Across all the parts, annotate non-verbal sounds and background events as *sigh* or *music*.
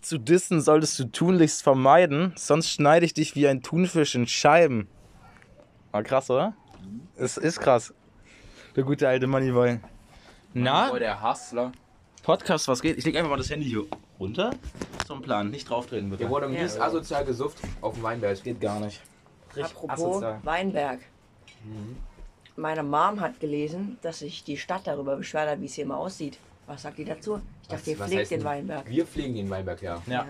zu dissen solltest du tunlichst vermeiden, sonst schneide ich dich wie ein Thunfisch in Scheiben. War krass, oder? Es ist krass. Der gute alte Moneyboy. Ah. Na, Boah, der Hustler. Podcast, was geht? Ich leg einfach mal das Handy hier runter. So ein Plan, nicht draufdrehen bitte. Der wurde am liebsten asozial gesufft auf dem Weinberg. Geht gar nicht. Apropos Weinberg. Meine Mom hat gelesen, dass sich die Stadt darüber beschwert hat, wie es hier immer aussieht. Was sagt die dazu? Ich dachte, ihr pflegt den denn? Weinberg. Wir pflegen den Weinberg, ja. Ja.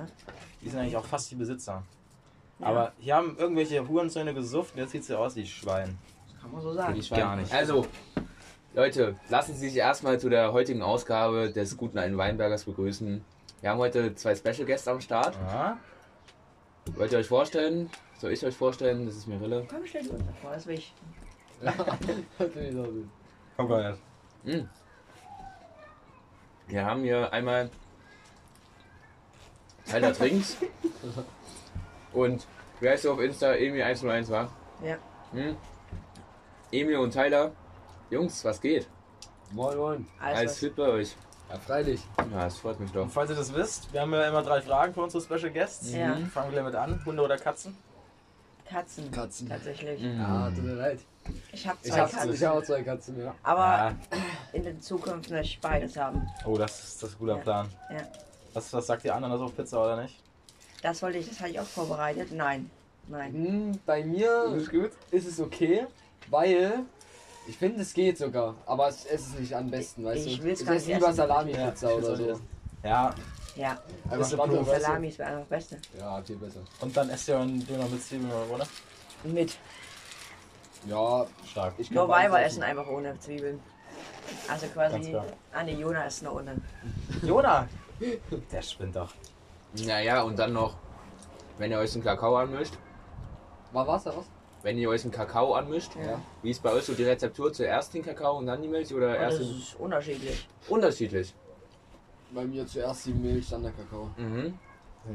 Die sind eigentlich auch fast die Besitzer. Aber hier haben irgendwelche Hurensöhne gesufft und jetzt sieht sie aus wie Schwein. Kann man so sagen. Ich gar nicht. Also, Leute, lassen Sie sich erstmal zu der heutigen Ausgabe des guten alten Weinbergers begrüßen. Wir haben heute zwei Special Guests am Start. Ja. Wollt ihr euch vorstellen? Soll ich euch vorstellen? Das ist Mirille. Komm, stell dich unter vor, das will ich. Oh Gott. Wir haben hier einmal Alter Trinks und wer heißt du auf Insta? Emil101 war. Ja. Hm? Emil und Tyler. Jungs, was geht? Moin Moin. Alles Also, fit bei euch? Ja, freilich. Ja, das freut mich doch. Und falls ihr das wisst, wir haben ja immer drei Fragen für unsere Special Guests. Ja. Fangen wir damit an. Hunde oder Katzen? Katzen. Katzen. Tatsächlich. Ah, tut mir leid. Ich habe Ich zwei hab, Katzen. ich hab auch zwei Katzen, ja. Aber in der Zukunft möchte ich beides haben. Oh, das ist das ist ein guter Ja. Plan. Ja. Was, was sagt ihr Ananas auf Pizza oder nicht? Das wollte ich, das hatte ich auch vorbereitet. Nein. Nein. Hm, bei mir ist, es okay, weil ich finde, es geht sogar. Aber es, es ist nicht am besten, weißt Ich du? will's ich gar esse nicht lieber essen. Salami-Pizza Ja, ich oder will's auch so. nicht Ja, Ja. Einfach Ist Spannung, approved. weißt du? Salami ist einfach das Beste. Ja, viel besser. und dann esst ihr einen Döner mit Zwiebeln oder ohne? Mit. Ja, Stark. ich Nur kann beides Weiber essen einfach ohne Zwiebeln. Also Ganz quasi. klar. Ah ne, Jona ist nur ohne. Jona! Der spinnt doch. Naja, und dann noch, wenn ihr euch einen Kakao anmischt, War Wasser was? wenn ihr euch einen Kakao anmischt, Ja. wie ist bei euch so die Rezeptur? Zuerst den Kakao und dann die Milch oder Und das erst den- ist unterschiedlich. unterschiedlich? Bei mir zuerst die Milch, dann der Kakao. Mhm.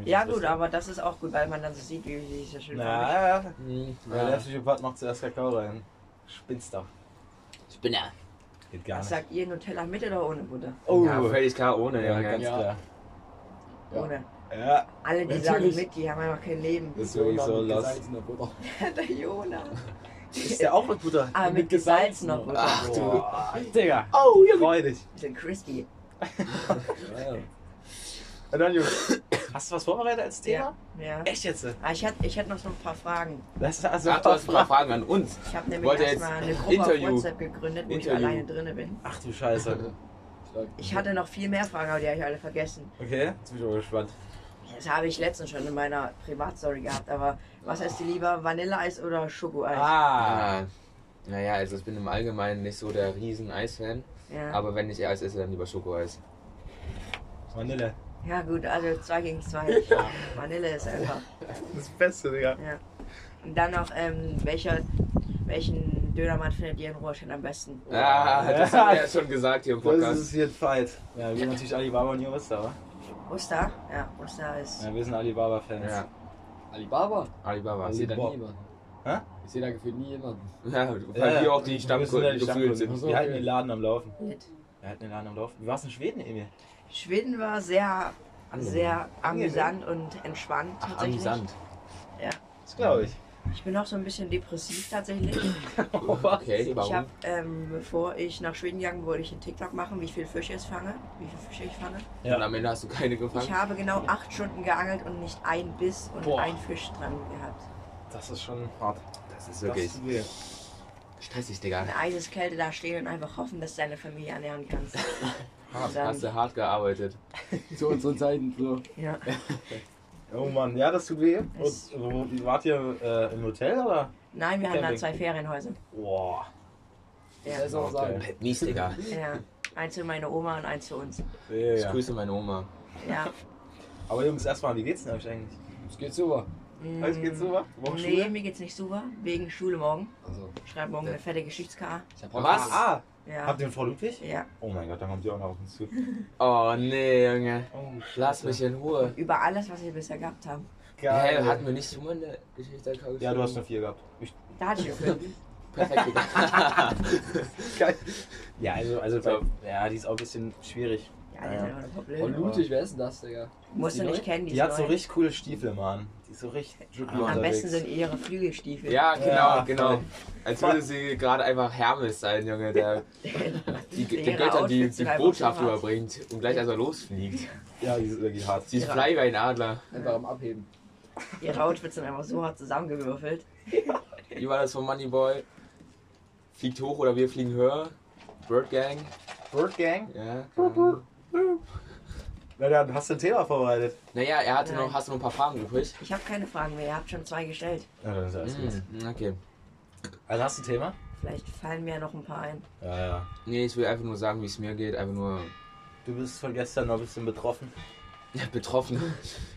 Ja gut, aber das ist auch gut, weil man dann so sieht, wie sie sich das schön Na, Na. ja, ja. Mhm. Ja. der Psychopath macht zuerst Kakao rein. Spinnst doch. Spinner. Geht gar Was sagt ihr, Nutella mit oder ohne Butter? Oh, Ja, völlig klar ohne. ja, Ja, ganz Ja. klar. Ja. Ohne. Ja, Alle, die Natürlich. sagen mit, die haben einfach kein Leben. das ist wirklich so los. los. *laughs* Der Jona. Ist der auch mit Butter? Aber mit gesalzen noch Butter. Ach du. Boah, Digga. Oh, Junge. Freu dich. Bisschen crispy. *laughs* Ja, ja. Und dann, Junge. Hast du was vorbereitet als Thema? Ja. Echt jetzt? Ah, ich hatte ich hätt noch so ein paar Fragen. Das ist also Ach, du hast ein paar Fragen an uns. Ich habe nämlich Wollt ihr jetzt erstmal eine Gruppe auf Interview? WhatsApp gegründet, wo ich Interview. alleine drinne bin. Ach du Scheiße. Stark. Ich hatte noch viel mehr Fragen, aber die habe ich alle vergessen. Okay, jetzt bin ich mal gespannt. Das habe ich letztens schon in meiner Privatstory gehabt, aber was esst ihr lieber, Vanilleeis oder Schokoeis? Ah. Ah. Naja, also ich bin im Allgemeinen nicht so der riesen Eis-Fan. ja. Aber wenn ich Eis esse, dann lieber Schokoeis. Vanille. ja gut, also zwei gegen zwei. Vanille ist einfach. Das Beste, Digga. Ja. Und dann noch, ähm, welcher, welchen Dönermann findet ihr in Ruhrstein am besten? Ah, das haben wir ja schon gesagt hier im Das Podcast. ist jetzt Fight. Ja, wir sind natürlich Alibaba und Jurista, aber. Oster? Ja, Oster ist. Ja, wir sind Alibaba-Fans. Ja, Alibaba? Alibaba. Ich Seht sehe ihr da dann nie Alibaba. jemanden. Hä? Ich sehe da gefühlt nie jemanden. *laughs* Ja, weil Ja, wir auch die wir sind ja Stammkunden die gefühlt Stammkunden. sind. Wir halten den Laden am Laufen. Mit. Wir halten den Laden am Laufen. Wie war's in Schweden, Emil? Schweden war sehr, Angenehm. sehr amüsant und entspannt. Ach, tatsächlich. amüsant. Das glaube ich. Ich bin auch so ein bisschen depressiv tatsächlich. *laughs* Okay, Ich habe, warum? ähm, bevor ich nach Schweden gegangen wollte ich einen TikTok machen, wie viel Fische ich fange. Wie viel Fische ich fange. Und am Ende hast du keine Ich gefangen. habe genau acht Stunden geangelt und nicht ein Biss und Boah. ein Fisch dran gehabt. Das ist schon hart. Das ist wirklich Das weh. stressig, Digga. In Eiseskälte da stehen und einfach hoffen, dass du deine Familie ernähren *laughs* kannst. Hart. Und dann- Hast du hart gearbeitet. Zu unseren Zeiten, Flo. Ja. Oh Mann, ja, das tut weh. Das- Und, wo, wart ihr äh, im Hotel oder? Nein, wir haben da Camping. zwei Ferienhäuser. Boah. Ich Ja. weiß auch sagen. Mies, Digga. ja. Eins für meine Oma und eins für uns. Ich Mega. grüße meine Oma. Ja. Aber Jungs, erstmal, wie geht's denn euch eigentlich? Es geht super. Euch Hm. geht's super? Nee, Wochenschule? mir geht's nicht super. Wegen Schule morgen. Also, Ich schreibe morgen eine fette Geschichts-KA. ich hab Was? Ah, Ja. habt ihr einen Frau Ludwig? ja. Oh mein Gott, dann kommt ihr auch noch auf uns zu. Oh, nee, Junge. Oh, Lass mich in Ruhe. Über alles, was wir bisher gehabt haben. Hä, Geil. hatten wir nicht immer eine Geschichte? Karl? ja, du hast eine 4 gehabt. Ich, Da hatte ich gefühlt. Perfekt, Digga. geil. Ja, also, also So. ja, die ist auch ein bisschen schwierig. Ja, die sind einfach super Oh, blöd. Ludwig, wer ist denn das, Digga? Musst du die nicht neu? kennen, die Die hat so neuen. richtig coole Stiefel, Mann. Die ist so richtig Am besten sind ihre Flügelstiefel. *laughs* Ja, genau, Ja. genau. Als würde sie gerade einfach Hermes sein, Junge, der die, den Ihre Göttern die, Outfits die sind genau, einfach Botschaft so hart. überbringt und gleich also losfliegt. Ja, die ist wirklich hart. Sie ist Ja. frei wie ein Adler. Einfach am Abheben. Ihre Outfits sind einfach so hart zusammengewürfelt. Wie war das von Moneyboy? Fliegt hoch oder wir fliegen höher? Bird Gang? Bird Gang? Ja. Genau. Na dann hast du ein Thema vorbereitet. Naja, er hatte noch, Nein. hast du noch ein paar Fragen übrig? Ich habe keine Fragen mehr, ihr habt schon zwei gestellt. Ja, dann ist alles gut. Mm, okay. Also hast du ein Thema? Vielleicht fallen mir ja noch ein paar ein. Ja, ja. Nee, ich will einfach nur sagen, wie es mir geht. Einfach nur *laughs* Du bist von gestern noch ein bisschen betroffen. ja, betroffen.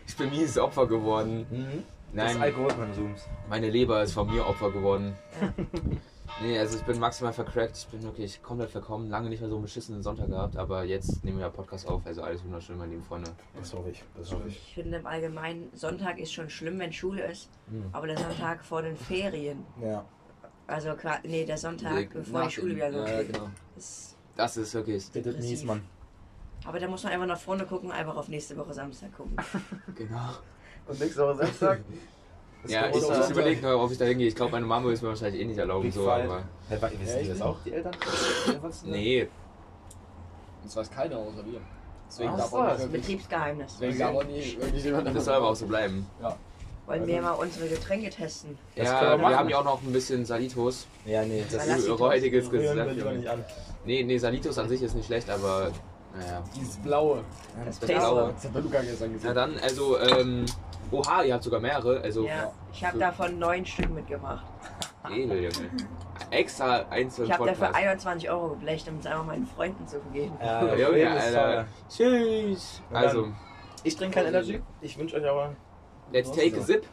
Ich bin mieses Opfer geworden. Mhm. Des Nein, Alkoholkonsums. meine Leber ist von mir Opfer geworden. *laughs* Nee, also ich bin maximal vercrackt. Ich bin wirklich komplett verkommen. Lange nicht mehr so einen beschissenen Sonntag gehabt. Aber jetzt nehmen wir ja Podcast auf. Also alles wunderschön, meine lieben Freunde. Das hoffe ich. Das hoffe ich. Ich finde im Allgemeinen, Sonntag ist schon schlimm, wenn Schule ist, Hm. aber der Sonntag vor den Ferien. Ja. Also, qua- nee, der Sonntag, bevor Nach- die Schule wieder ja, losgeht. genau. Ist- Das ist wirklich. Bitte Aggressiv. mies, Mann. Aber da muss man einfach nach vorne gucken, einfach auf nächste Woche Samstag gucken. Genau. Und nächste Woche Samstag? *laughs* Ja, ich, ich überlege noch, ob ich da hingehe. Ich glaube, meine Mama würde es mir wahrscheinlich eh nicht erlauben. Big So, Fight. aber Hä, wa- wissen die das auch? die Eltern? nee, Und zwar ist keiner außer wir. Deswegen Ach darf so, auch das nicht ist wirklich. Betriebsgeheimnis. Deswegen darf auch nicht wirklich jemand das soll aber auch so bleiben. Wollen wir mal unsere Getränke testen? Das können wir ja, wir, machen. haben ja auch noch ein bisschen Salitos. Ja, nee, das Lass ist. sie Ü- Räudiges Rühren wir Gesetz. lieber nicht an. Nee, nee, Salitos an sich ist nicht schlecht, aber naja. Dieses Blaue. Das das Blaue. Blaue. Das hat der Luca gestern Na gesehen. dann, also, ähm, oha, ihr habt sogar mehrere, also Ja, ich habe davon neun Stück mitgemacht. edel, Junge. Extra eins für Ich den habe dafür Podcast. 21 Euro geblecht, um es einfach meinen Freunden zu geben. Ja, das Junge, Leben ist Alter. teuer. Tschüss. Na dann. Also, Ich trinke kein Energy. Ich wünsche euch aber. let's take a sip.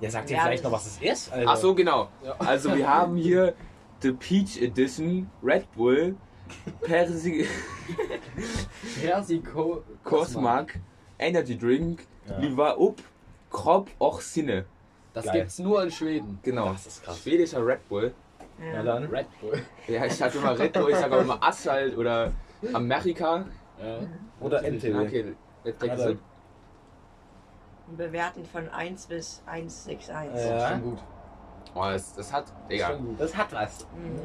Ja, sagt ihr Ja, vielleicht das noch, was es ist? Alter. Ach so, genau. *laughs* Ja. Also, wir haben hier The Peach Edition Red Bull Persi *laughs* Persico Cosmark Energy Drink Ja. Liva Up Krop Ochsine. Das Geil. gibt's nur in Schweden. Genau. Das ist krass. Schwedischer Red Bull. Na Ja. dann. Red Bull. Ja, ich hatte immer Red Bull, ich sag auch immer Asphalt oder Amerika. Ja. Oder MTW. Okay, jetzt denke Na dann. ich Bewerten von 1 bis 161. Ja. Schon gut. Oh, das, das hat, Digga, Schon gut. Das hat was. Mhm.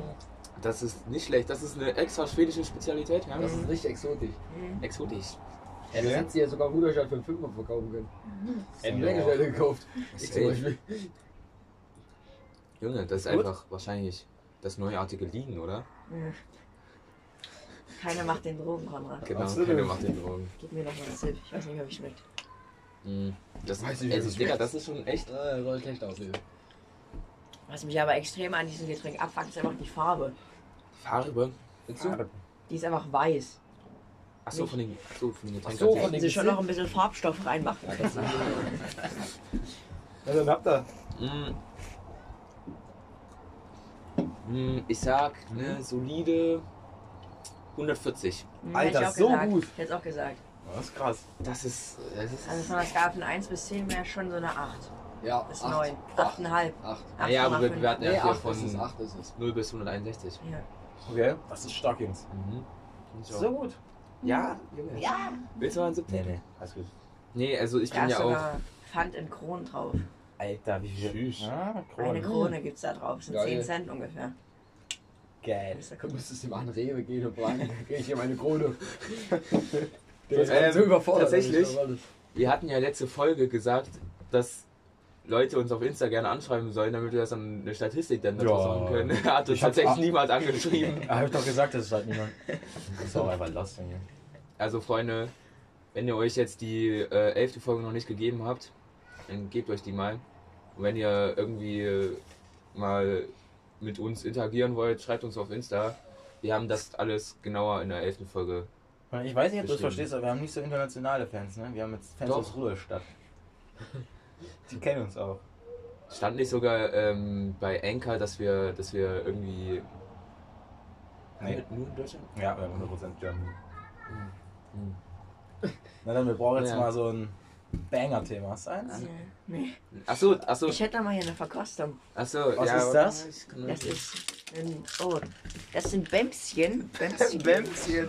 das ist nicht schlecht. Das ist eine extra schwedische Spezialität, ja? Das ist richtig exotisch. Mhm. Exotisch. Ja, das hätten sie ja sogar Rüderstadt für 5 verkaufen können. Hätten wir Ja. Leckestelle gekauft. Ich Safe. zum Beispiel. Junge, das ist Gut. einfach wahrscheinlich das neuartige Lean, oder? Mhm. Keiner macht den Drogen, Konrad. Genau, Absolut. keine macht den Drogen. Gib mir noch mal das Hilf. Ich weiß nicht, ob ich schmeckt. Mhm. Das, Weiß also, nicht, wie das Digga, schmeckt. das ist schon echt. Äh, soll schlecht aussehen. Was mich aber extrem an diesem Getränk abfuckt, ist einfach die Farbe. Farbe. Findest du? Die ist einfach weiß. Achso, von den, achso, Oh, von den Getränken. Ach so, Da von hätten den sie schon Gesicht- noch ein bisschen Farbstoff reinmachen können. Ja, dann habt ihr. Mm. Mm, Ich sag, ne, solide 140. Mhm, Alter, hätte ich auch so gesagt. gut. Ich hätte es auch gesagt. Das ist krass. Das ist. Das ist Also von der Skala von 1 bis 10 wäre schon so eine 8. *laughs* Ja, Bis 8. 9. 8,5. 8. naja, aber wir, wir 8,5. hatten Nee, ja hier 8 ist es, von 8 ist es. 0 bis 161. Ja. Okay. Das ist stark, Jungs. Mhm. Find ich auch. gut. Ja, Junge. Ja. Willst du mal einen Sieb Nee, nehmen? nee, alles gut. Nee, also ich Da bin ist ja auch. sogar Pfand in Kronen drauf. Alter, wie viel? Tschüss. Ah, Krone. Eine Krone gibt es da drauf. Das sind Geil. 10 Cent ungefähr. Geil. Ist da Du gut. müsstest ihm an Rewe gehen und fragen, *laughs* krieg ich hier meine Krone. ist ganz so überfordert, Ähm, Tatsächlich. aber Wir hatten ja letzte Folge gesagt, dass Leute uns auf Insta gerne anschreiben sollen, damit wir das dann eine Statistik dann dazu Ja. machen können. *laughs* Hat uns Ich hab- tatsächlich ah. niemand angeschrieben. Ah, hab ich doch gesagt, das ist halt niemand. Das ist auch einfach lost, Junge. Also Freunde, wenn ihr euch jetzt die äh, elfte Folge noch nicht gegeben habt, dann gebt euch die mal. Und wenn ihr irgendwie äh, mal mit uns interagieren wollt, schreibt uns auf Insta. Wir haben das alles genauer in der elften Folge. Ich weiß nicht, ob du Bestimmt. es verstehst, aber wir haben nicht so internationale Fans, ne? Wir haben jetzt Fans Doch. aus Ruhestadt. Die kennen uns auch. Stand nicht sogar ähm, bei Anchor, dass wir, dass wir irgendwie Nee. nur in Deutschland. Ja, wir haben 100% Germany. Mhm. Na dann, wir brauchen jetzt Ja. mal so ein Banger-Thema. Hast du eins? Nee. Nee. Achso, achso, Ich hätte da mal hier eine Verkostung. achso. Was ja, ist das? ich kann Das nicht- ist Ähm, Oh, das sind Bämschen. Bämschen. Bämschen.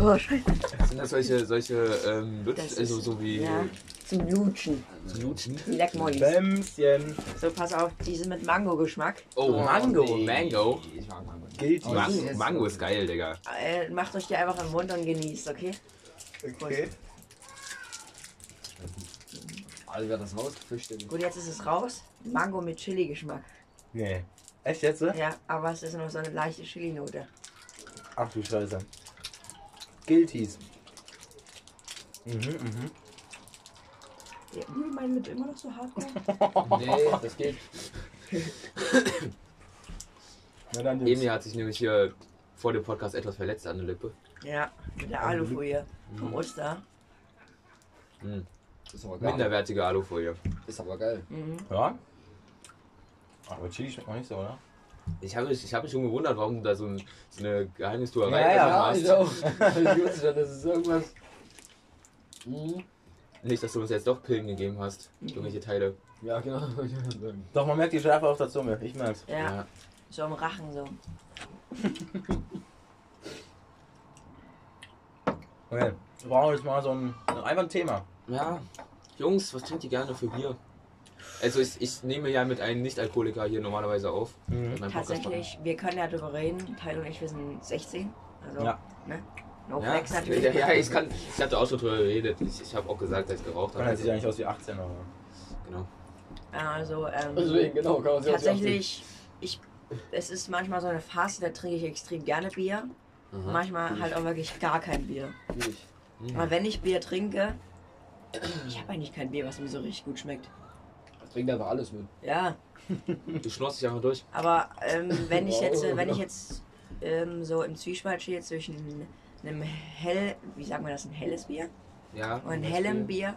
Oh, scheiße. Sind das solche, solche ähm, Lutsch, Das also ist- so wie Ja, zum Lutschen. Lutschen? Die Leckmollis. Bämschen. So, pass auf, die sind mit Mango-Geschmack. Oh, Mango. Mango. Gilt Oh, Aber Man- das ist- Mango ist geil, Digga. Äh, macht euch die einfach im Mund und genießt, okay? Okay. Alter, wer das rausgefischt hat. Gut, jetzt ist es raus. Mango mit Chili-Geschmack. Nee. Echt jetzt? ne? Ja, aber es ist noch so eine leichte Chili-Note. Ach du Scheiße. Guilties. Mhm, mhm. Ja, hm, mein mit immer noch so hart. *laughs* Nee, das geht. Na dann, Jungs. Emi hat sich nämlich hier vor dem Podcast etwas verletzt an der Lippe. ja, mit der Alufolie vom Oster. Mhm. Ist aber geil. Minderwertige Alufolie. Ist aber geil. Mhm. Ja. Aber Chili schmeckt noch nicht so, oder? Ich habe mich, ich hab mich schon gewundert, warum du da so, ein, so eine Geheimnistuerei Ja, ja, drin ich hast. auch. also, *laughs* Ich wusste schon, das ist irgendwas. Mhm. Nicht, dass du uns jetzt doch Pillen gegeben hast. Irgendwelche Teile. Ja, genau. *laughs* Ich würde sagen. Doch, man merkt die Schärfe auf der Zunge. Ich merk's. Ja, so am Rachen so. Okay. Wir brauchen jetzt mal so ein. Einfach ein Thema. Ja. Jungs, was trinkt ihr gerne für Bier? Also ich, ich nehme ja mit einem Nicht-Alkoholiker hier normalerweise auf. Mhm. mit meinem Tatsächlich, wir können ja drüber reden. Teil und ich, wir sind 16. Also, Ja. ne? No *laughs* Ja, Flex natürlich. ja, ja, ich kann. Ich hatte auch schon drüber geredet. Ich, ich habe auch gesagt, dass ich geraucht habe. Man sieht ja nicht aus wie 18, aber. genau. Also, ähm, Deswegen, genau, kann man sich auch tatsächlich, ich, es ist manchmal so eine Phase, da trinke ich extrem gerne Bier. Manchmal halt auch wirklich gar kein Bier. so abziehen. Aber wenn ich Bier trinke, ich habe eigentlich kein Bier, was mir so richtig gut schmeckt. Ich trinke einfach alles mit. Ja, Du schnorst dich einfach durch. aber ähm, wenn ich Wow. jetzt, wenn ich jetzt ähm, so im Zwiespalt stehe zwischen einem hell, wie sagen wir das, ein helles Bier Ja. und einem hellem Bier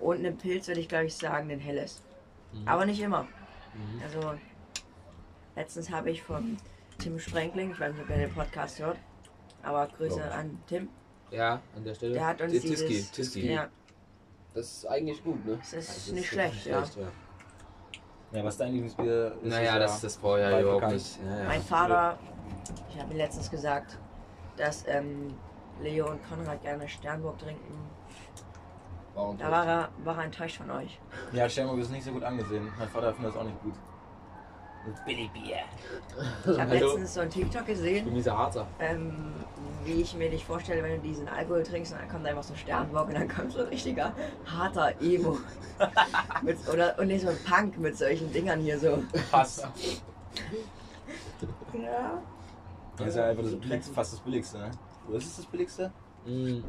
und einem Pilz, würde ich glaube ich sagen, ein helles. Mhm. Aber nicht immer. Mhm. Also letztens habe ich von Tim Sprenkling, ich weiß nicht, ob er den Podcast hört, aber Grüße Glaub ich. an Tim. Ja, an der Stelle. Der hat uns Die dieses- Tiski, Tiski. Ja, Das ist eigentlich gut, ne? es ist, Das nicht wirklich schlecht, ja. schlecht, ja. Ja, was dein Lieblingsbier ist. Naja, ist das, das brauche ich ja weit überhaupt bekannt. nicht. Ja, ja. Mein Vater, ich habe ihm letztens gesagt, dass ähm, Leo und Konrad gerne Sternburg trinken. Warum Da war er, war er enttäuscht von euch. Ja, Shamrock ist nicht so gut angesehen. Mein Vater findet das auch nicht gut. Ich *laughs* habe Hallo. letztens so ein TikTok Ich bin gesehen, dieser Harzer. ähm, wie ich mir dich vorstelle, wenn du diesen Alkohol trinkst und dann kommt einfach so Sternburg und dann kommt so ein richtiger harter Emo. *laughs* mit, oder, und nicht so ein Punk mit solchen Dingern hier so. Pass. Ja. Das ist ja einfach das billigste, fast das billigste, ne? Wo ist es das billigste? Mhm.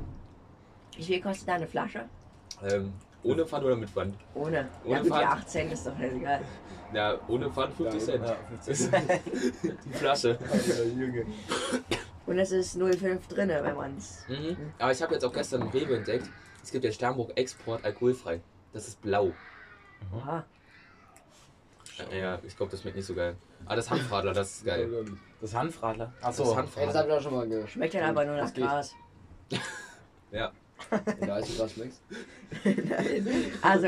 Wie viel kostet deine Flasche? Ähm, ohne Pfand oder mit Pfand? Ohne. Ohne ja, gut, die Pfand. 18 ist doch nicht egal. Ja, ohne Pfand 50 Cent. Ja, 50 *laughs* Cent. Die Flasche. Junge. Und es ist 0,5 drinne, wenn man es. Mhm. Aber ich habe jetzt auch gestern im Rewe entdeckt, es gibt ja Sternburg Export alkoholfrei. Das ist blau. Oh. Oha. Äh, Ja, ich glaube, das schmeckt nicht so geil. Ah, das Hanfradler, das ist geil. Das Hanfradler. Das Achso. Ey, das hab *laughs* Hanfradler. ich auch schon mal geschmeckt. Schmeckt dann aber nur nach Das geht. Gras. Ja. Ich weiß nicht, was schmeckt. Also,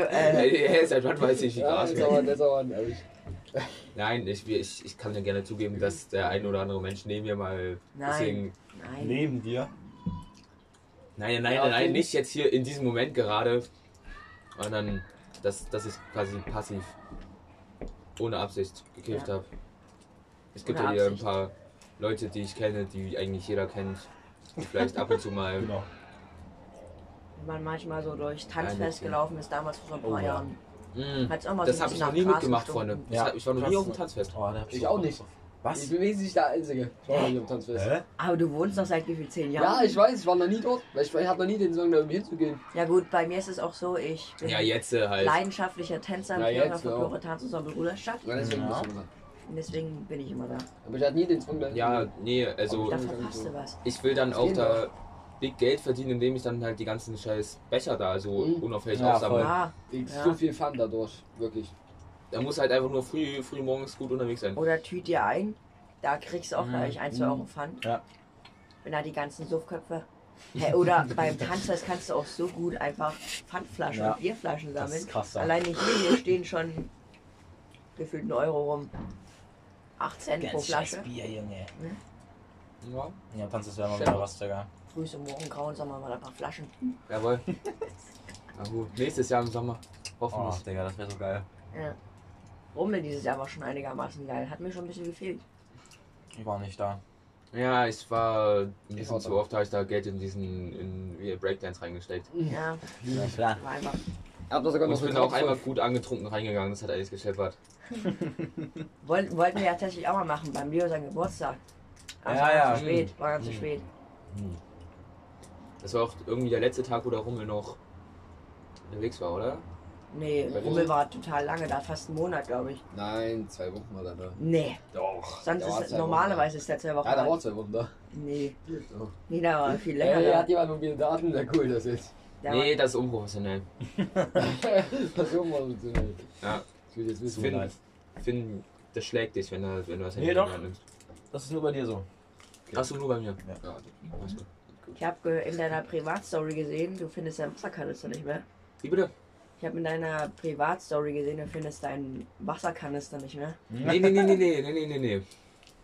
*laughs* äh, Ey, ey, seit wann weiß ich, wie Ja, Gras das ist schmeckt? aber, das ist aber ehrlich. Nein, ich, ich, ich kann dir gerne zugeben, dass der ein oder andere Mensch neben mir mal. Nein. Deswegen, nein. Neben dir. nein, nein, nein, Ja, nein, okay. nicht jetzt hier in diesem Moment gerade. Sondern, dass, dass ich quasi passiv, ohne Absicht gekifft Ja. habe. Es gibt Ohne ja hier ein Absicht. paar Leute, die ich kenne, die eigentlich jeder kennt. Die vielleicht ab und zu mal. Genau. Wenn man manchmal so durch Nein, Tanzfest okay. gelaufen ist, damals vor so ein paar Oh, ja. Jahren. Mm, Hat's auch mal das so ein habe ich bisschen noch nie nach Gras mitgemacht, gestunken. Freunde. Ja, Ich, hab, ich war noch nie krass. auf dem Tanzfest. Oh, da hab Ich so auch Bock nicht. drauf. Ich Was? bin wesentlich der Einzige. Ich war noch nie im Tanzfest. Hä? Aber du wohnst doch seit wie viel? Zehn Jahren? Ja, ich weiß, ich war noch nie dort. Weil ich, ich hatte noch nie den Song, da irgendwie hinzugehen. Ja gut, bei mir ist es auch so, ich bin Ja, jetzt äh, also- halt. leidenschaftlicher Tänzer Ja, im Theater jetzt von auch. Chore Tanz und Bruderstadt. Ja, deswegen Ja. ja. Bist du da. Und deswegen bin ich immer da. Aber ich hatte nie den Song, da Ja, nee, Ich also. da verpasste was. ich will dann auch Gehen da big Geld verdienen, indem ich dann halt die ganzen scheiß Becher da so Mhm. unauffällig Ja, aufsammle. voll. Ah, Ich Ja. so viel Fun dadurch. Wirklich. Da muss halt einfach nur früh, früh morgens gut unterwegs sein. oder tüt dir ein, da kriegst du auch gleich ein, zwei Euro Pfand. Mhm, Ja. Wenn da die *laughs* ganzen Suffköpfe... Hä, oder beim Tanzfest kannst du auch so gut einfach Pfandflaschen Ja. und Bierflaschen Das sammeln. ist krass, ja. Alleine hier, hier stehen schon gefühlt ein Euro rum. 8 Cent pro Ganz scheiß Flasche. Bier, Junge. Ja, In Japan ist es ja immer wieder was, Digga. Frühst und morgen grauen Sommer mal ein paar Flaschen. jawohl. Na gut, nächstes Jahr im Sommer. Oh, Hoffentlich. Digga, das wäre so geil. Ja. Rummel dieses Jahr war schon einigermaßen geil. Hat mir schon ein bisschen gefehlt. Ich war nicht da. Ja, ich war ein Ich war bisschen zu da. oft, habe ich da Geld in diesen in wie Breakdance reingesteckt. Mhm. Ja, Ja, klar. war einfach. Hab da sogar Und noch ich so bin da auch einmal gut angetrunken reingegangen, das hat alles gescheppert. Wollten, wollten wir ja tatsächlich auch mal machen beim Leo sein Geburtstag. Aber Ja, war ja. ganz zu spät, war ganz zu Mhm. spät. Das war auch irgendwie der letzte Tag, wo der Rummel noch unterwegs war, oder? Nee, Warum? Rummel war total lange da, fast einen Monat, glaube ich. Nein, zwei Wochen war er da. Nee, Doch. sonst der war ist zwei normalerweise ist der zwei Wochen Wochen da. Ja, da war alt. zwei Wochen da. Nee, So. nee, der war viel länger Ey, da. hat jemand mobile Daten? Ja, cool, das ist. *laughs* Der nee, das ist unprofessionell. Versuchen wir mal zu nehmen. Ja, Ich will jetzt Tut wissen. mir Finn. leid. Finn, das schlägt dich, wenn du, wenn du das Nee, in die doch. Hand nimmst. Das ist nur bei dir so. Achso, nur bei mir. Ja, Alles gut. war, ich habe in deiner Privatstory gesehen, du findest deinen Wasserkanister nicht mehr. Wie bitte? Ich habe in deiner Privatstory gesehen, du findest deinen Wasserkanister nicht mehr. Nee, nee, nee, nee, nee, nee, nee, nee, nee.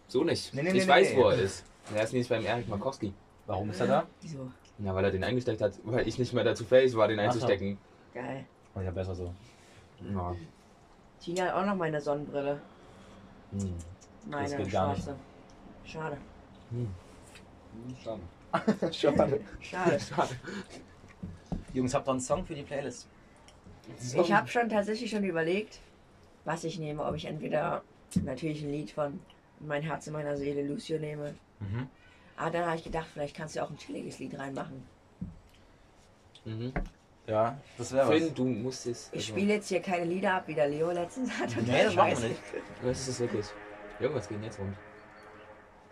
So nicht. Nee, nee, ich nee, weiß, nee. wo er ist. Er ist nicht beim Erik Markowski. Warum ist er da? Wieso? Na, weil er den eingesteckt hat, weil ich nicht mehr dazu fähig war, den so. einzustecken. Geil. Oh, ja, besser so. Ja. Tina hat auch noch meine Sonnenbrille. Hm. Meine Das geht gar nicht. schwarze. Schade. Schade. Schade. *laughs* Schade. Jungs, habt ihr einen Song für die Playlist? Ich habe schon tatsächlich schon überlegt, was ich nehme. Ob ich entweder natürlich ein Lied von Mein Herz in meiner Seele, Lucio, nehme. Mhm. Aber dann habe ich gedacht, vielleicht kannst du auch ein chilliges Lied reinmachen. Mhm. Ja, das wäre was. Finn, du musst es. Ich spiele jetzt hier keine Lieder ab, wie der Leo letztens hat. Und Also Nee, das machen Scheiße. wir nicht. Was ist das wirklich? Irgendwas geht jetzt rund.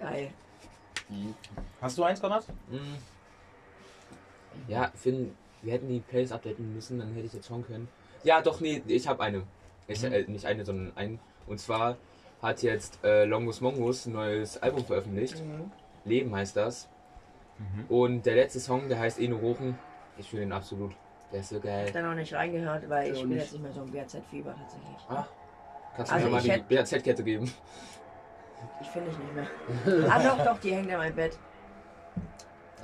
Geil. Hast du eins, Konrad? Mhm. Ja, Finn, wir hätten die Plays updaten müssen, dann hätte ich jetzt schon können. Ja, doch, nee, ich habe eine. Ich, äh, nicht eine, sondern einen. Und zwar hat jetzt äh, Longus Mongus ein neues Album veröffentlicht. Mhm. Leben heißt das. Und der letzte Song, der heißt Eno Rochen. Ich fühle den absolut. Der ist so Ich geil. habe da noch nicht reingehört, weil ich Ja, bin nicht. jetzt nicht mehr so im BZ-Fieber tatsächlich. Kannst du Also mir mal ich die hätt- BAZ-Kette geben? Ich finde dich nicht *laughs* mehr. ah doch, doch, die hängt in meinem Bett.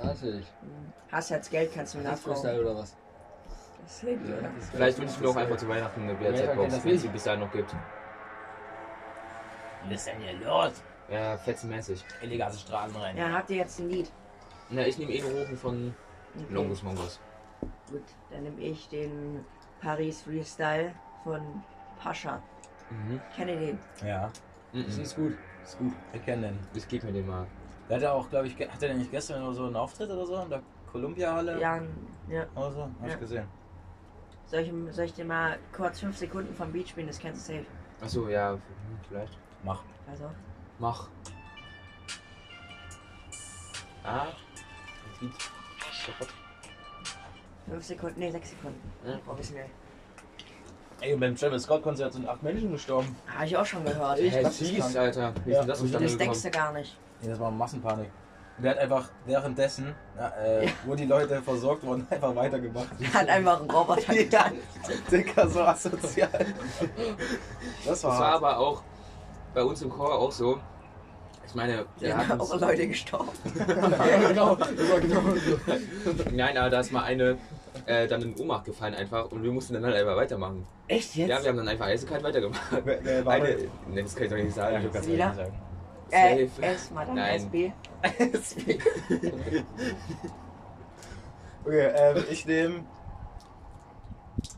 Natürlich. Mhm. Hast jetzt Geld, kannst du mir Das nachkaufen. Freestyle oder was? Das ist Lady, oder? Vielleicht wünsche ich mir auch einfach zu Weihnachten eine kennt BAZ-Box, das wenn es nicht. die bis dahin noch gibt. Was ist denn hier los? Ja, fetzenmäßig. Illegale Straßen rein. Ja, habt ihr jetzt ein Lied? Na, ich nehme Eno Rochen von Okay. Longus Mongus. Gut, dann nehme ich den Paris Freestyle von Pascha. Mhm. Ich kenne den. Ja, Das Mhm. ist gut. Ist gut. ich kenne den. Ich gebe mir den mal. Der hat ja auch, glaube ich, ge- hat er nicht gestern oder so einen Auftritt oder so in der Columbia-Halle? Jan, ja. Oder so? Hab Ja. ich gesehen. Soll ich, soll ich dir mal kurz 5 Sekunden vom Beat spielen? Das kennst du safe. Achso, ja, hm, vielleicht. Mach. Also, Mach. Ah. Das Lied. 5 Sekunden, nee, 6 Sekunden. Ja. Professionell. Ey, und beim Travis Scott-Konzert sind acht Menschen gestorben. Habe ich auch schon gehört. Hey, glaub, das Jeez, kann- Alter. Wie ist Ja. denn das Und wie zustande Das denkst gekommen? du gar *laughs* nicht. Nee, das war Massenpanik. Der hat einfach währenddessen, ja, äh, wo die Leute versorgt wurden, *laughs* einfach weitergemacht. Hat einfach *laughs* einen Roboter. ja, Dicker, so asozial. Das war, Das war aber auch bei uns im Chor auch so. Ich meine, *laughs* der Ja, hat auch uns, Leute gestorben. *laughs* Ja, genau. Das war genau so. nein, aber da ist mal eine äh, dann in Ohnmacht gefallen einfach und wir mussten dann halt einfach weitermachen. Echt Ja, jetzt? wir haben dann einfach eiskalt weitergemacht. Wer- wer war Eine, das? ne, das kann ich doch nicht Ja, sagen. du kannst Wieder? nicht sagen. äh, safe. S, Madame Nein. SB. Okay, ähm, ich nehme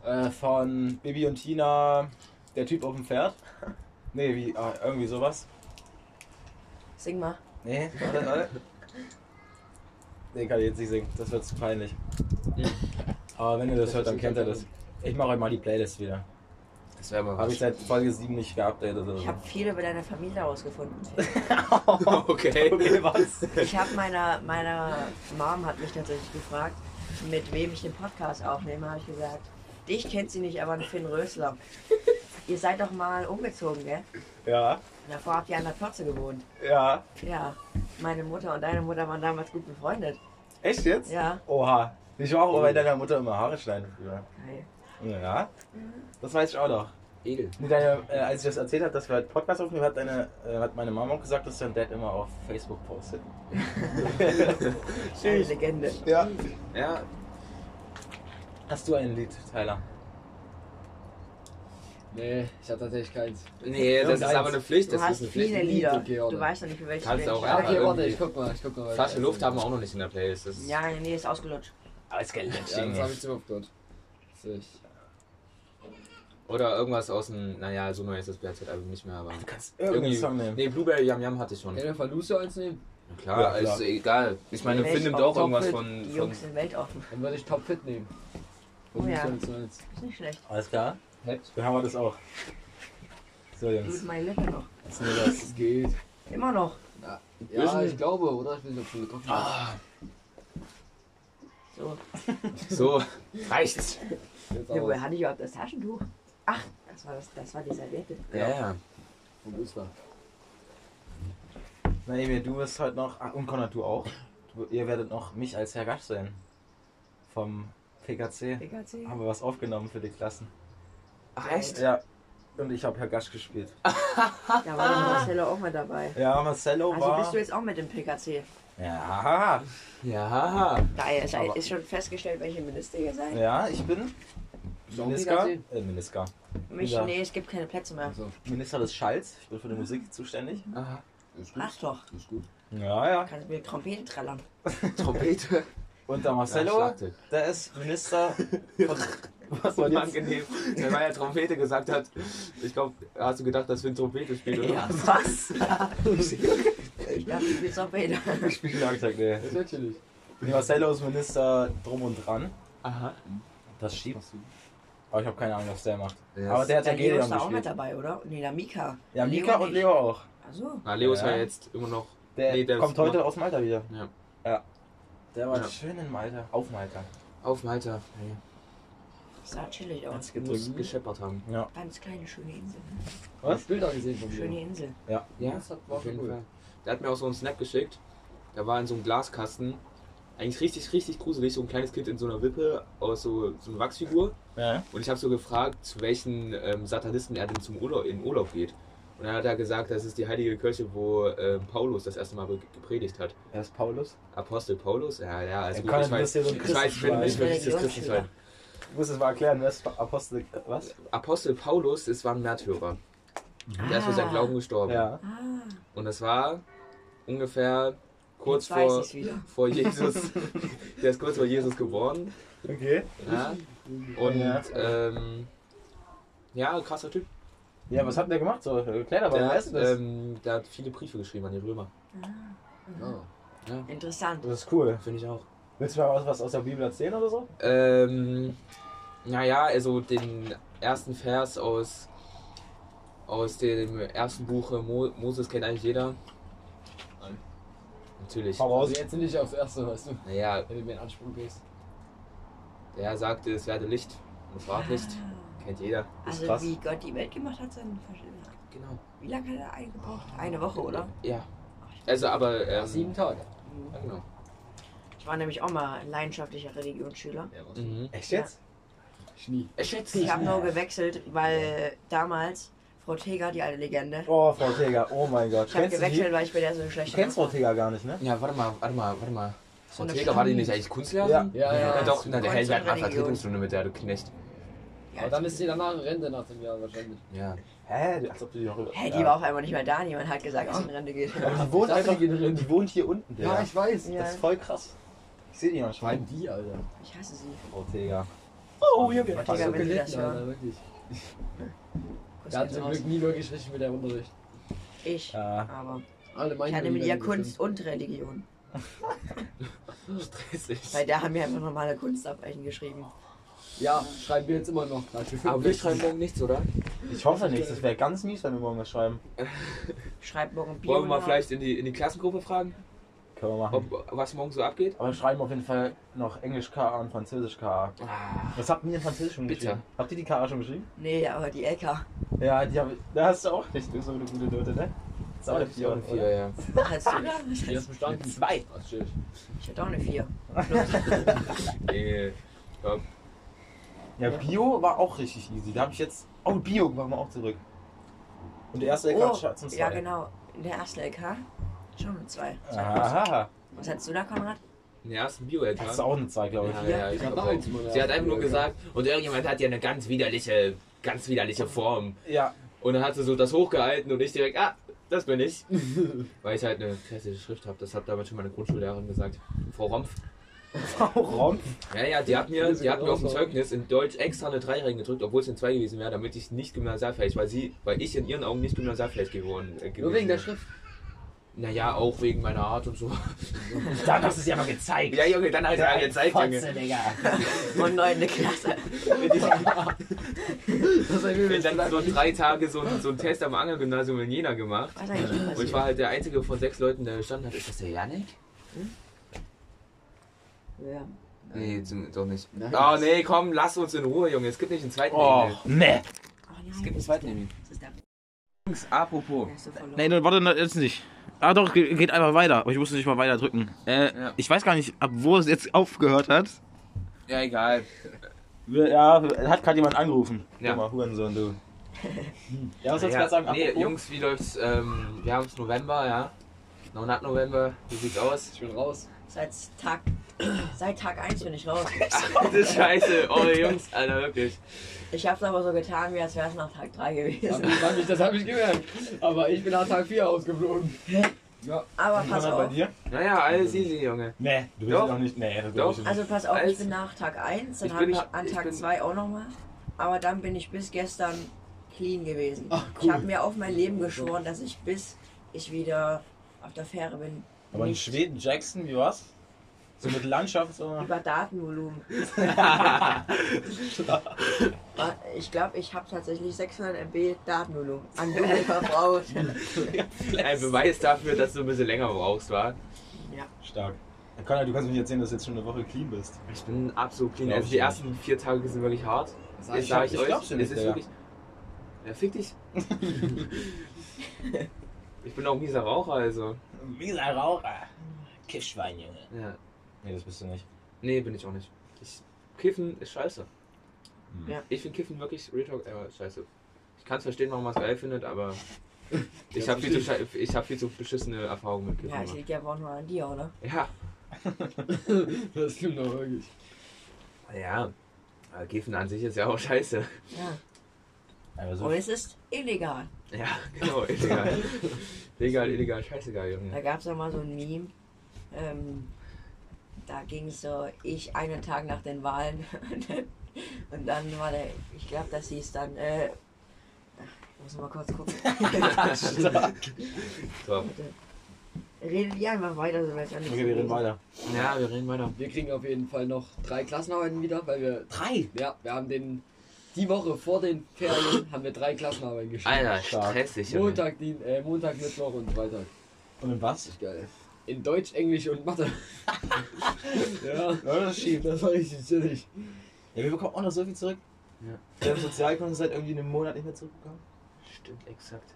äh, von Bibi und Tina der Typ auf dem Pferd. Nee, wie, ah, irgendwie sowas. Sing mal. Nee, warte, warte. Den kann ich jetzt nicht singen, das wird zu peinlich. Aber wenn ihr das hört, dann kennt ihr das. Ich mache euch mal die Playlist wieder. Das wäre mal Habe ich was. seit Folge 7 nicht geupdatet oder Ich *laughs* so. habe viel über deine Familie herausgefunden. Okay. Okay, was? Ich habe meiner, meiner Mom hat mich tatsächlich gefragt, mit wem ich den Podcast aufnehme, habe ich gesagt. Dich kennt sie nicht, aber einen Finn Rösler. ihr seid doch mal umgezogen, gell? Ja, Davor habt ihr an der Pforte gewohnt. ja. Ja, meine Mutter und deine Mutter waren damals gut befreundet. Echt jetzt? Ja, Oha. Ich war auch bei deiner Mutter immer Haare schneiden früher. geil. Ja. Das weiß ich auch noch. edel. Nee, deine, äh, als ich das erzählt habe, dass wir halt Podcast aufnehmen, hat, deine, äh, hat meine Mama auch gesagt, dass dein Dad immer auf Facebook postet. Eine Legende. *laughs* Ja. Ja, Hast du ein Lied, Tyler? Nee, ich hab tatsächlich keins. nee, das ist Irgendeins. aber eine Pflicht. Du Das hast ist eine Pflicht. viele Lieder. Okay, oder? Du weißt ja nicht, für welche Kannst welche. auch Ja, okay, irgendwie- warte, ich guck mal, ich guck mal. Flasche Luft haben wir auch noch nicht in der Playlist. Das ist Ja, nee, ist ausgelutscht. Alles gelächelt. Ja, das hab ich zu oft gehört. Das sehe ich. Oder irgendwas aus dem, naja, so neu ist das BZ-Album nicht mehr, aber. Du kannst irgendeinen Song nehmen. Nee, Blueberry Yam Yam hatte ich schon. Kann der Verluste eins nehmen? Na Klar, Ja, klar. ist egal. Ich meine, Welch Finn nimmt auch auch irgendwas doppelt von. Die von Jungs sind weltoffen. Dann würde ich Topfit nehmen. Oh ja. Verluste eins. Ist nicht schlecht. Alles klar? Hebt. Dann haben wir das auch. So, Blut Jungs. meine Lippe noch. Jetzt nehmen wir das. Es geht. Immer noch. Ja, Bisschen. ich glaube, oder? Ich bin so voll getroffen. Ah. So. So, *laughs* reicht's. Jetzt Ja, woher aber. hatte ich überhaupt das Taschentuch? Ach, das war, das, das war die Serviette. Ja, ja. Vom Usta. Na, Emil, du wirst heute noch. Ah, und Connor, du auch. Du, ihr werdet noch mich als Herr Gasch sehen. Vom PKC. PKC. Haben wir was aufgenommen für die Klassen. Ach, echt? Ja. Und ich habe Herr Gasch gespielt. Da war doch Marcelo auch mal dabei. Ja, Marcello Also war. bist du jetzt auch mit dem PKC? ja. Ja. Geil, ist, Aber- ist schon festgestellt, welche Minister ihr seid. Ja, ich bin. Ist auch Miniska. PKC? Äh, Miniska. Mich, Ja. nee, es gibt keine Plätze mehr. Also, Minister des Schalls. Ich bin für die Musik zuständig. Aha. ist gut. Mach doch. Ist gut. Ja, ja. Kannst mit Trompete trällern. Trompete. Und der Marcello, Ja, Schlagzeug. der ist Minister von. Was war jetzt? Unangenehm. Wenn man ja Trompete gesagt hat, ich glaube, hast du gedacht, dass Finn Trompete spielt oder was? was? ich dachte, du bist Trompete. Schlagzeug, nee. Ist natürlich. Nee, Marcello ist Minister drum und dran. Aha. Das schiebt. Aber ich habe keine Ahnung, was der macht. Ja, Aber das- der hat ja Der Leo Gedeon ist da auch mit gespielt. dabei, oder? Nee, der Mika. Ja, Der Mika und nicht. Leo auch. Ach so. Na, Ah, Leo ist ja Ja. jetzt immer noch. Der, Nee, der kommt ist noch- heute aus Malta wieder. Ja. Der war Ja. schön in Malta. Auf Malta. Auf Malta. Nee. Sah chillig aus. Muss gescheppert haben. Ja. Ganz kleine, schöne Insel. Was? Ich Bilder gesehen von Schöne mir. Insel. Ja, Das hat- war auf jeden cool. Fall. Der hat mir auch so einen Snap geschickt. Der war in so einem Glaskasten. Eigentlich richtig, richtig gruselig. So ein kleines Kind in so einer Wippe aus so, so einer Wachsfigur. Ja. Und ich habe so gefragt, zu welchen ähm, Satanisten er denn zum Urlaub, in Urlaub geht. Und dann hat er gesagt, das ist die heilige Kirche, wo ähm, Paulus das erste Mal be- gepredigt hat. Er ist Paulus. Apostel Paulus? Ja, ja, also Ja, gut, Colin, ich du bist ja weiß, so ein ich weiß, ich bin nicht Christenschwein. wirklich das Christenschwein. Ich muss es mal erklären, wer ist Apostel. äh, Was? Apostel Paulus, das war ein Märtyrer. Der ist für seinen Glauben gestorben. Ja. Ah, Und das war ungefähr kurz jetzt weiß vor, ich's wieder. *laughs* vor Jesus. der ist kurz vor Jesus geboren. Okay. Ja. Und Ja. ja, ähm, ja krasser Typ. Ja, was hat der gemacht? So, erklär doch mal, Der, wer ist denn das? ähm, der hat viele Briefe geschrieben an die Römer. Ja. Interessant. das ist cool. Finde ich auch. Willst du mal was, was aus der Bibel erzählen oder so? Ähm, naja, also den ersten Vers aus, aus dem ersten Buch äh, Mo Moses kennt eigentlich jeder. Nein. Natürlich. Hau raus. Also jetzt nicht aufs erste, weißt du. Naja, Wenn du mir einen Anspruch gehst. der sagte, es werde Licht und es war Licht. Ah. Kennt jeder. Also krass. wie Gott die Welt gemacht hat, dann verstehe Genau. Wie lange hat er eingebraucht? Eine Woche, oder? Ja. Also, aber. Ja, Ähm, sieben Tage. ja, genau. Ich war nämlich auch mal leidenschaftlicher Religionsschüler. Ja, was? Mhm. Echt jetzt? Schnie. Ich schätze Ich habe nur gewechselt, weil damals Frau Teger, die alte Legende, Oh, Frau Teger, oh mein Gott. ich habe du die? gewechselt, weil ich bei der so schlecht Du kennst Frau Teger gar nicht, ne? Ja, warte mal, warte mal, warte mal. Frau eine Träger, war die nicht eigentlich Kunstlehrerin? Ja, ja, Na ja. doch, na, der hält halt eine Kunstlehrerin. Vertretungsstunde mit der, du Knecht. Oh, Aber dann ist sie danach in Rente nach dem Jahr wahrscheinlich. Ja. Hä? Als ob du die noch über. Hey, die ja. war auf einmal nicht mehr da. Niemand hat gesagt, dass sie in Rente geht. Aber die wohnt Ich dachte, einfach. die geht drin. Die wohnt hier unten. Ja, ich weiß. Ja. Das ist voll krass. Ich sehe die Vor allem manchmal. die, Alter. Ich hasse sie. Frau Teger. Oh, hier Frau geht's. Teger, So wenn sie das gelitten, hören. Alter, wirklich. kurz Wir hatten geht's zum raus. Glück nie wirklich richtig mit der Unterricht. Ich. Ja. Aber Alle ich meine hatte mit Lieder ihr sind Kunst und Religion. Bei Stressig. der haben wir einfach normale Kunstabweichen geschrieben. bestimmt. Ja, schreiben wir jetzt immer noch. Aber wir schreiben morgen nichts, oder? Ich hoffe nicht, das wäre ganz mies, wenn wir morgen was schreiben. Schreibt morgen Bio. Wollen wir mal nach. vielleicht in die, in die Klassengruppe fragen, Können wir machen. ob, was morgen so abgeht? Aber wir schreiben auf jeden Fall noch Englisch KA und Französisch KA. Ah, Was habt ihr in Französisch schon Bitte. geschrieben? Habt ihr die KA schon geschrieben? Nee, aber die LK. Ja, die habe ich. Da hast du auch nicht so eine gute Note, ne? Das ist auch eine 4 Ja, und vier. 4. Ja, ja. Als du- *laughs* Die hast bestanden. Zwei. Ach, shit. Ich hatte auch eine 4. Äh, ja. Ja, Bio war auch richtig easy. Da habe ich jetzt. Oh, Bio machen wir auch zurück. Und der erste LK Oh, hat Schatz und ja, zwei. genau. Der erste LK. Schon eine 2. Aha. Was hattest du da, Konrad? Den ersten Bio-LK. Das ist auch eine 2, glaube ich. Ja, Ja, ja, ich ich hab glaub, auch halt. eins mal Sie hat einfach nur Bio-LK. gesagt, und irgendjemand hat ja eine ganz widerliche, ganz widerliche Form. Ja. Und dann hat sie so das hochgehalten und ich direkt, ah, das bin ich. *laughs* Weil ich halt eine klassische Schrift habe. Das hat damals schon meine Grundschullehrerin gesagt. Frau Rompf. Warum? Ja, ja, die hat mir, Diese die hat mir auf dem genauso. Zeugnis in Deutsch extra eine 3 reingedrückt, obwohl es eine 2 gewesen wäre, damit ich nicht gymnasialfähig, weil sie, weil ich in ihren Augen nicht gymnasialfähig geworden äh, gewesen Nur wegen der wäre. Schrift. Naja, auch wegen meiner Art und so. Dann hast du es ja mal gezeigt. *laughs* ja, Junge, dann halt ja, gezeigt, Junge. Digga. Und neunte Klasse. Das hab ich mir Ich nicht dann gedacht. so drei Tage so, so einen Test am Angergymnasium in Jena gemacht. Was ist eigentlich Und ich passiert? war halt der einzige von sechs Leuten, der gestanden hat. Ist das der Janik? Ja. Oh Nee, zum- doch nicht. Nein. Oh nee, komm, lass uns in Ruhe, Junge. Es gibt nicht einen zweiten Oh, Emil. Meh. Ach nein, Es gibt einen zweiten Emil. das ist der Jungs, apropos. der ist so verloren. Nee, ne, warte, ne, jetzt nicht. Ah doch, ge- geht einfach weiter. Aber ich musste nicht mal weiter drücken. Äh, Ja. Ich weiß gar nicht, ab wo es jetzt aufgehört hat. Ja, egal. Ja, hat gerade jemand angerufen. Ja. Guck mal, Hurensohn, du. Ja, was sollst du Ja, gerade sagen? nee, Apropos? Jungs, wie läuft's? Ähm, wir haben's November, ja. Noch not November. Wie sieht's aus? Ich bin raus. Seit Tag, seit Tag 1 bin ich raus. Ach, das Scheiße. Oh, Jungs, Alter, wirklich. Ich hab's aber so getan, wie als wär's nach Tag 3 Das *laughs* gewesen. hab ich, das hab ich gemerkt. Aber ich bin nach Tag 4 ausgeflogen. *laughs* Aber Konrad, Oh, pass bei auf. dir? Naja, alles easy, Junge. Nee, du bist Doch. auch nicht. Nee, das Doch. glaub ich nicht. Also pass auf, Als- ich bin nach Tag 1, dann Ich habe bin ich nach- an ich Tag bin- 2 auch nochmal. Aber dann bin ich bis gestern clean gewesen. Ach, Ich cool. habe mir auf mein Leben geschworen, dass ich bis ich wieder auf der Fähre bin, Aber in Schweden, Jackson, wie war's? So mit Landschaft, so. *laughs* über Datenvolumen. Ah, ich glaube, ich habe tatsächlich 600 MB Datenvolumen an Google verbraucht. Ein Beweis dafür, dass du ein bisschen länger brauchst, war. Stark. Ja, Conrad, du kannst mir nicht erzählen, dass du jetzt schon eine Woche clean bist. Ich bin absolut clean. Glaub Also ich die nicht. ersten vier Tage sind wirklich hart. Das Das ich sage hab- ich, ich euch. glaub's dir es nicht, ist Digga. wirklich. Ja, fick dich. ich bin auch ein mieser Raucher, also. Mieser Raucher. Kischwein, Junge. Ja. Nee, das bist du nicht. Nee, bin ich auch nicht. Ich, Kiffen ist scheiße. Hm. Ja. Ich finde Kiffen wirklich Real Talk äh, scheiße. Ich kann es verstehen, warum man es geil findet, aber ich habe viel, zu schei- ich hab viel zu beschissene Erfahrungen mit Kiffen. Ja, ich gemacht. liege ja wohl nur an ne? dir, oder? Ja, Das stimmt doch wirklich. ja. Aber Kiffen an sich ist ja auch scheiße. Ja. Aber so Und *laughs* es Oh, ist illegal. Ja, genau, illegal. Legal, illegal, scheißegal, Da Junge. gab es ja mal so ein Meme. Ähm, da ging es so, ich einen Tag nach den Wahlen. *laughs* und dann- und dann war der, ich glaube, das hieß dann, äh, ich muss mal kurz gucken. So. Redet ihr einfach weiter, so weit Okay, wir reden weiter. Ja, wir reden weiter. Wir kriegen auf jeden Fall noch drei Klassenarbeiten wieder, weil wir. Drei? Ja, wir haben den. Die Woche vor den Ferien haben wir drei Klassenarbeiten geschrieben. Alter, Stark. stressig, Junge. Montag, Dien, äh, Montag, Mittwoch und Freitag. Und in was? Richtig geil. In Deutsch, Englisch und *laughs* Mathe. ja, Ja, das ist schief. das war richtig chillig. Ja, wir bekommen auch noch so viel zurück. Ja. Wir haben Sozialkunden seit irgendwie einem Monat nicht mehr zurückbekommen. Stimmt, exakt.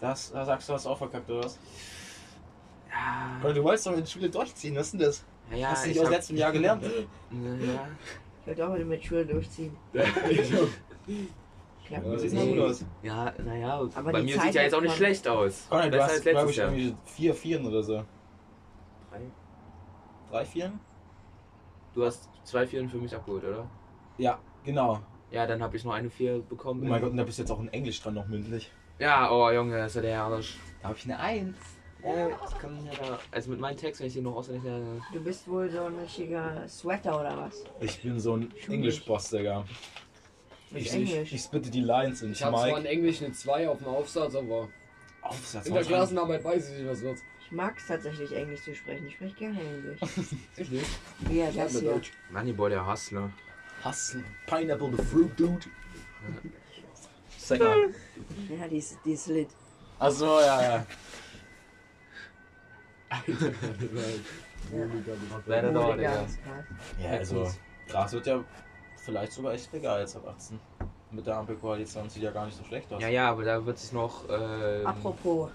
Das, da sagst du, hast du auch verkackt, oder was? Ja, Weil du wolltest doch in der Schule durchziehen, was ist denn das? ja, hast du ich nicht aus hab- letztem Jahr *laughs* gelernt? Ja, Ich würde auch mal mit Schule durchziehen. *laughs* Klappt Ja, das nicht. sieht mal gut aus. Ja, naja, Aber bei die mir Zeit sieht ja jetzt auch nicht hat man- schlecht aus. Conrad, du Besser hast, als glaube letztes ich, Jahr. irgendwie vier Vieren oder so. Drei. Drei Vieren? Du hast zwei Vieren für mich abgeholt, oder? Ja, genau. Ja, dann habe ich nur eine Vier bekommen. Oh mein Gott, und da bist du jetzt auch in Englisch dran noch mündlich. Ja, oh Junge, das ist ja der Arsch. Da habe ich eine Eins. Ja, ich kann ja da, also mit meinen Text, wenn ich den noch auswendig lerne. Du bist wohl so ein richtiger Sweater oder was? Ich bin so ein Englisch-Boss, Digga. Mit Ich, Englisch. ich, ich splitte die Lines und Ich habe zwar in Mike. Englisch eine 2 auf dem Aufsatz, aber Aufsatz. in der Klassenarbeit weiß ich nicht, was wird. Ich mag es tatsächlich, Englisch zu sprechen. Ich spreche gerne Englisch. Ich nicht. Ja, Ich hab das mit hier. Deutsch. Moneyboy, der ne? Hustler. Hustle. Pineapple the Fruit *laughs* Dude. Sänger. Ja, die ist, die ist lit. Achso, Also, ja, ja. Leider dauert, Digga. Ja, also Gras wird ja vielleicht sogar echt legal jetzt ab 18. Mit der Ampelkoalition sieht ja gar nicht so schlecht aus. Ja, ja, aber da wird sich noch. Ähm, *laughs* Apropos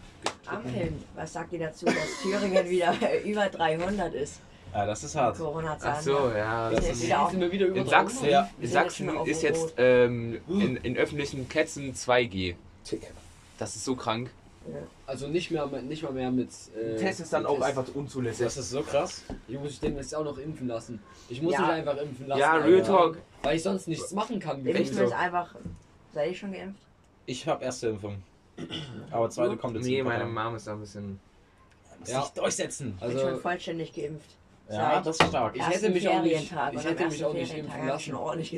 Ampeln, was sagt ihr dazu, dass Thüringen wieder über 300 ist? Ja, das ist hart. Corona-Zahlen. Ach so, ja. Das Das Ja, ist wieder auf- wir wieder in Sachsen, Ja. in sind jetzt Sachsen schon auf ist Rot. jetzt ähm, in, in öffentlichen Plätzen 2G. Tick. Das ist so krank. Also nicht mehr, nicht mal mehr mit. Äh, mit Test. Das unzulässig. ist so krass. Ich muss mich demnächst auch noch impfen lassen. Ich muss Ja. mich einfach impfen lassen. Ja, Alter. Real Talk. Weil ich sonst nichts machen kann. Impfen gefühlt. Echt so. ist einfach. Seid ihr schon geimpft? Ich habe erste Impfung. Aber zweite kommt jetzt. Nee, nicht. meine Mom ist da ein bisschen. Muss Ja. dich durchseid. Ich bin schon Also, vollständig geimpft. Ja, Seit das ist stark. Ich hätte mich auch nicht- Ferientag ich und am hätte mich ersten auch nicht Ferientag impfen hab ich schon lassen. ordentlich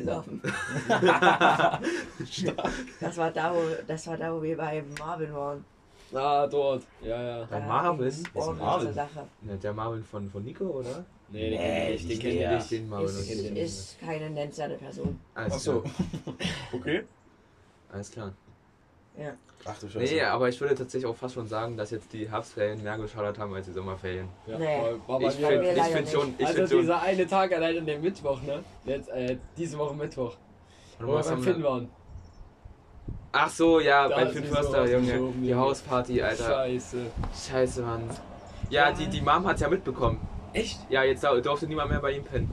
gesoffen. *laughs* das war da, wo, das war da, wo wir bei Marvin waren. ah, dort. Ja, ja. Bei Da Marvin? ging's Ist ordentlich Marvin? zur Sache. Ne, der Marvin von, von Nico, oder? Nee, den kenn ich nicht. Den den kenn kenne ich ich Ja. Nicht den Marvin. Ist, oder? ist keine nennenswerte Person. Alles Achso. klar. Okay. Alles klar. Ja. Ach du Scheiße. Nee, aber ich würde tatsächlich auch fast schon sagen, dass jetzt die Herbstferien mehr geschadet haben als die Sommerferien. Ja, Nee. war- war bei Ich mir- finde find- mir ich leider find schon, ich also find schon. dieser eine Tag allein an dem Mittwoch, ne? Jetzt, äh, diese Woche Mittwoch. Warte Wo mal, wir was Oh, beim haben Finn wir- waren. Ach so, ja, Da beim ist Finn sowieso Förster, was Junge. geschoben, Die Junge. Hausparty, Alter. Scheiße. Scheiße, Mann. Ja, die, die Mom hat's ja mitbekommen. Echt? Ja, jetzt da- durfte niemand mehr bei ihm pennen.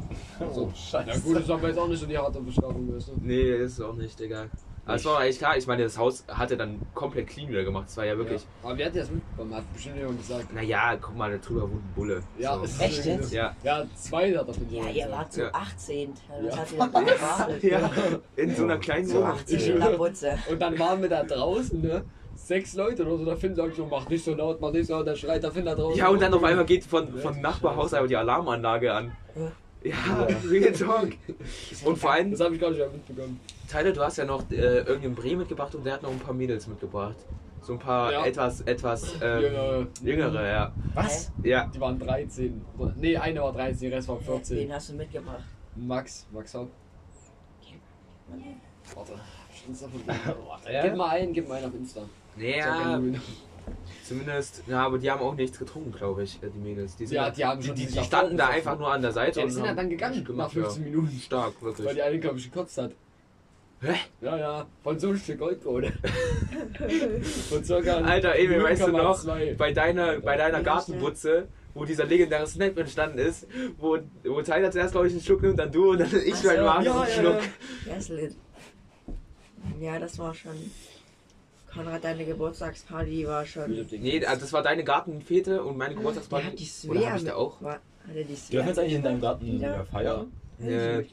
Oh, *laughs* Na Scheiße. gut, das ist aber jetzt auch nicht so die harte Bestrafung, weißt du? Nee, ist auch nicht, Digga. Aber es Nicht. war eigentlich klar, ich meine, das Haus hat er dann komplett clean wieder gemacht. Es war ja wirklich. Ja. Aber wer hat das mitbekommen? Hat bestimmt jemand gesagt. Naja, guck mal, da drüber wohnt ein Bulle. Ja, so. es *laughs* ist Echt irgendwie jetzt? so. Ja, Ja, zwei hat das mit Ja, jemand ihr gesagt. wart zu Ja. 18. Das Ja. hat ihr erwartet. *laughs* Ja, in so einer kleinen Zu Wohnung. 18 in der Butze. Und dann waren wir da draußen, ne? Sechs Leute oder so. Der Finn sagt so, mach nicht so laut, mach nicht so laut. Dann schreit der Finn da draußen. Ja, und dann auf einmal geht von, von Nachbarhaus einfach die Alarmanlage an. Ja, real talk. Und vor allem, Das habe ich gar nicht mehr mitbekommen. Tyler, du hast ja noch äh, irgendeinen Brie mitgebracht und der hat noch ein paar Mädels mitgebracht. So ein paar Ja. etwas, etwas ähm, Jüngere. jüngere, ja. Was? Ja, Die waren 13. Oder- Nee, eine war 13, der Rest war Wen 14. hast du mitgebracht? Max, Max Hopp. Warte, hab ich Insta von *laughs* dem? Gib Ja. mal einen, gib mal einen auf Insta. naja, zumindest, na, aber die haben auch nichts getrunken, glaube ich, äh, die Mädels. Die, sind Ja, da- die haben die, schon die, sich die davor standen da besoffen. einfach nur an der Seite Ja, die und sind ja haben dann gegangen nach gemacht. 15 ja. Minuten. Stark, Weil die wirklich. eine, glaube ich, gekotzt hat. Hä? Ja, ja, von so ein *laughs* Stück Goldkohle. von circa. Alter, Emil, weißt du noch, 0,2. bei deiner, bei deiner Wie Gartenputze, wo dieser legendäre Snap entstanden ist, wo, wo Tyler zuerst, glaube ich, einen Schluck nimmt, dann du und dann *laughs* ich halt Ach für einen so. Magen Ja, einen ja, Schluck. ja. Ja, ist lit. Ja, das war schon. Konrad, deine Geburtstagsparty war schon. Nee, also das war deine Gartenfete und Ah, meine Der hat Geburtstagsparty. die Oder Svea. hab ich da auch? War, hat er die Dürfen wir Svea? jetzt eigentlich in deinem Garten Ja. äh, feiern? Nee, Warte,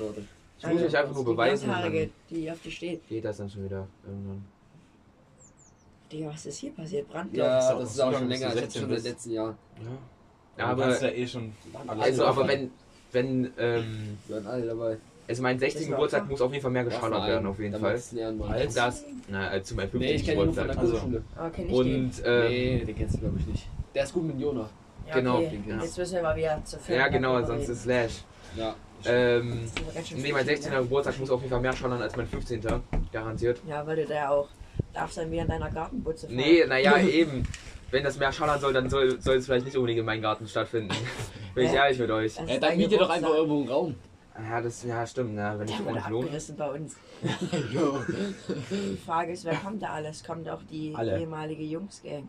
warte. ich muss mich einfach nur Die beweisen. und Haarige, Dann die auf die steht. geht das dann schon wieder irgendwann. Digga, was ist hier passiert? Brandloch. Ja, ist auch das ist auch schon ausgegangen, länger dass du als 16 schon im bist. letzten Jahr. Ja. du kannst ja Aber, eh schon alles also, aber aufhalten. wenn, wenn, *clears throat* ähm, Wir waren alle dabei. also meinen 60. Ist noch Geburtstag da? muss auf jeden Fall mehr geschaut werden, auf jeden Fall. Fall. Als das, na, als zu meinem Nee, 50. ich kenne ihn nur von der Also. Geburtstag. Grundschule. Aber kenn ich den. Und, ähm, Nee, den kennst du, glaube ich, nicht. Der ist gut mit Jonah. Ja, genau, okay. ja. Jetzt müssen wir mal wieder zu ja genau, sonst ist Slash. Ja. Ähm, nee, mein 16. Geburtstag muss auf jeden Fall mehr schallern als mein 15. Garantiert. ne? Ja, weil du da auch. Darfst dann wieder in deiner Gartenbutze fahren? Nee, naja, eben. Wenn das mehr schallern soll, dann soll, soll es vielleicht nicht unbedingt in meinem Garten stattfinden. *laughs* Bin ich Hä? ehrlich mit euch. Das Äh, ist dann dein mietet doch einfach Geburtstag. irgendwo einen *laughs* Raum. Ja, das, ja, stimmt, ne? wenn ich Der wurde wohne, lohnt. abgerissen bei uns. Die Frage ist, *laughs* wer kommt da alles? Kommt auch die Alle. ehemalige Jungsgang,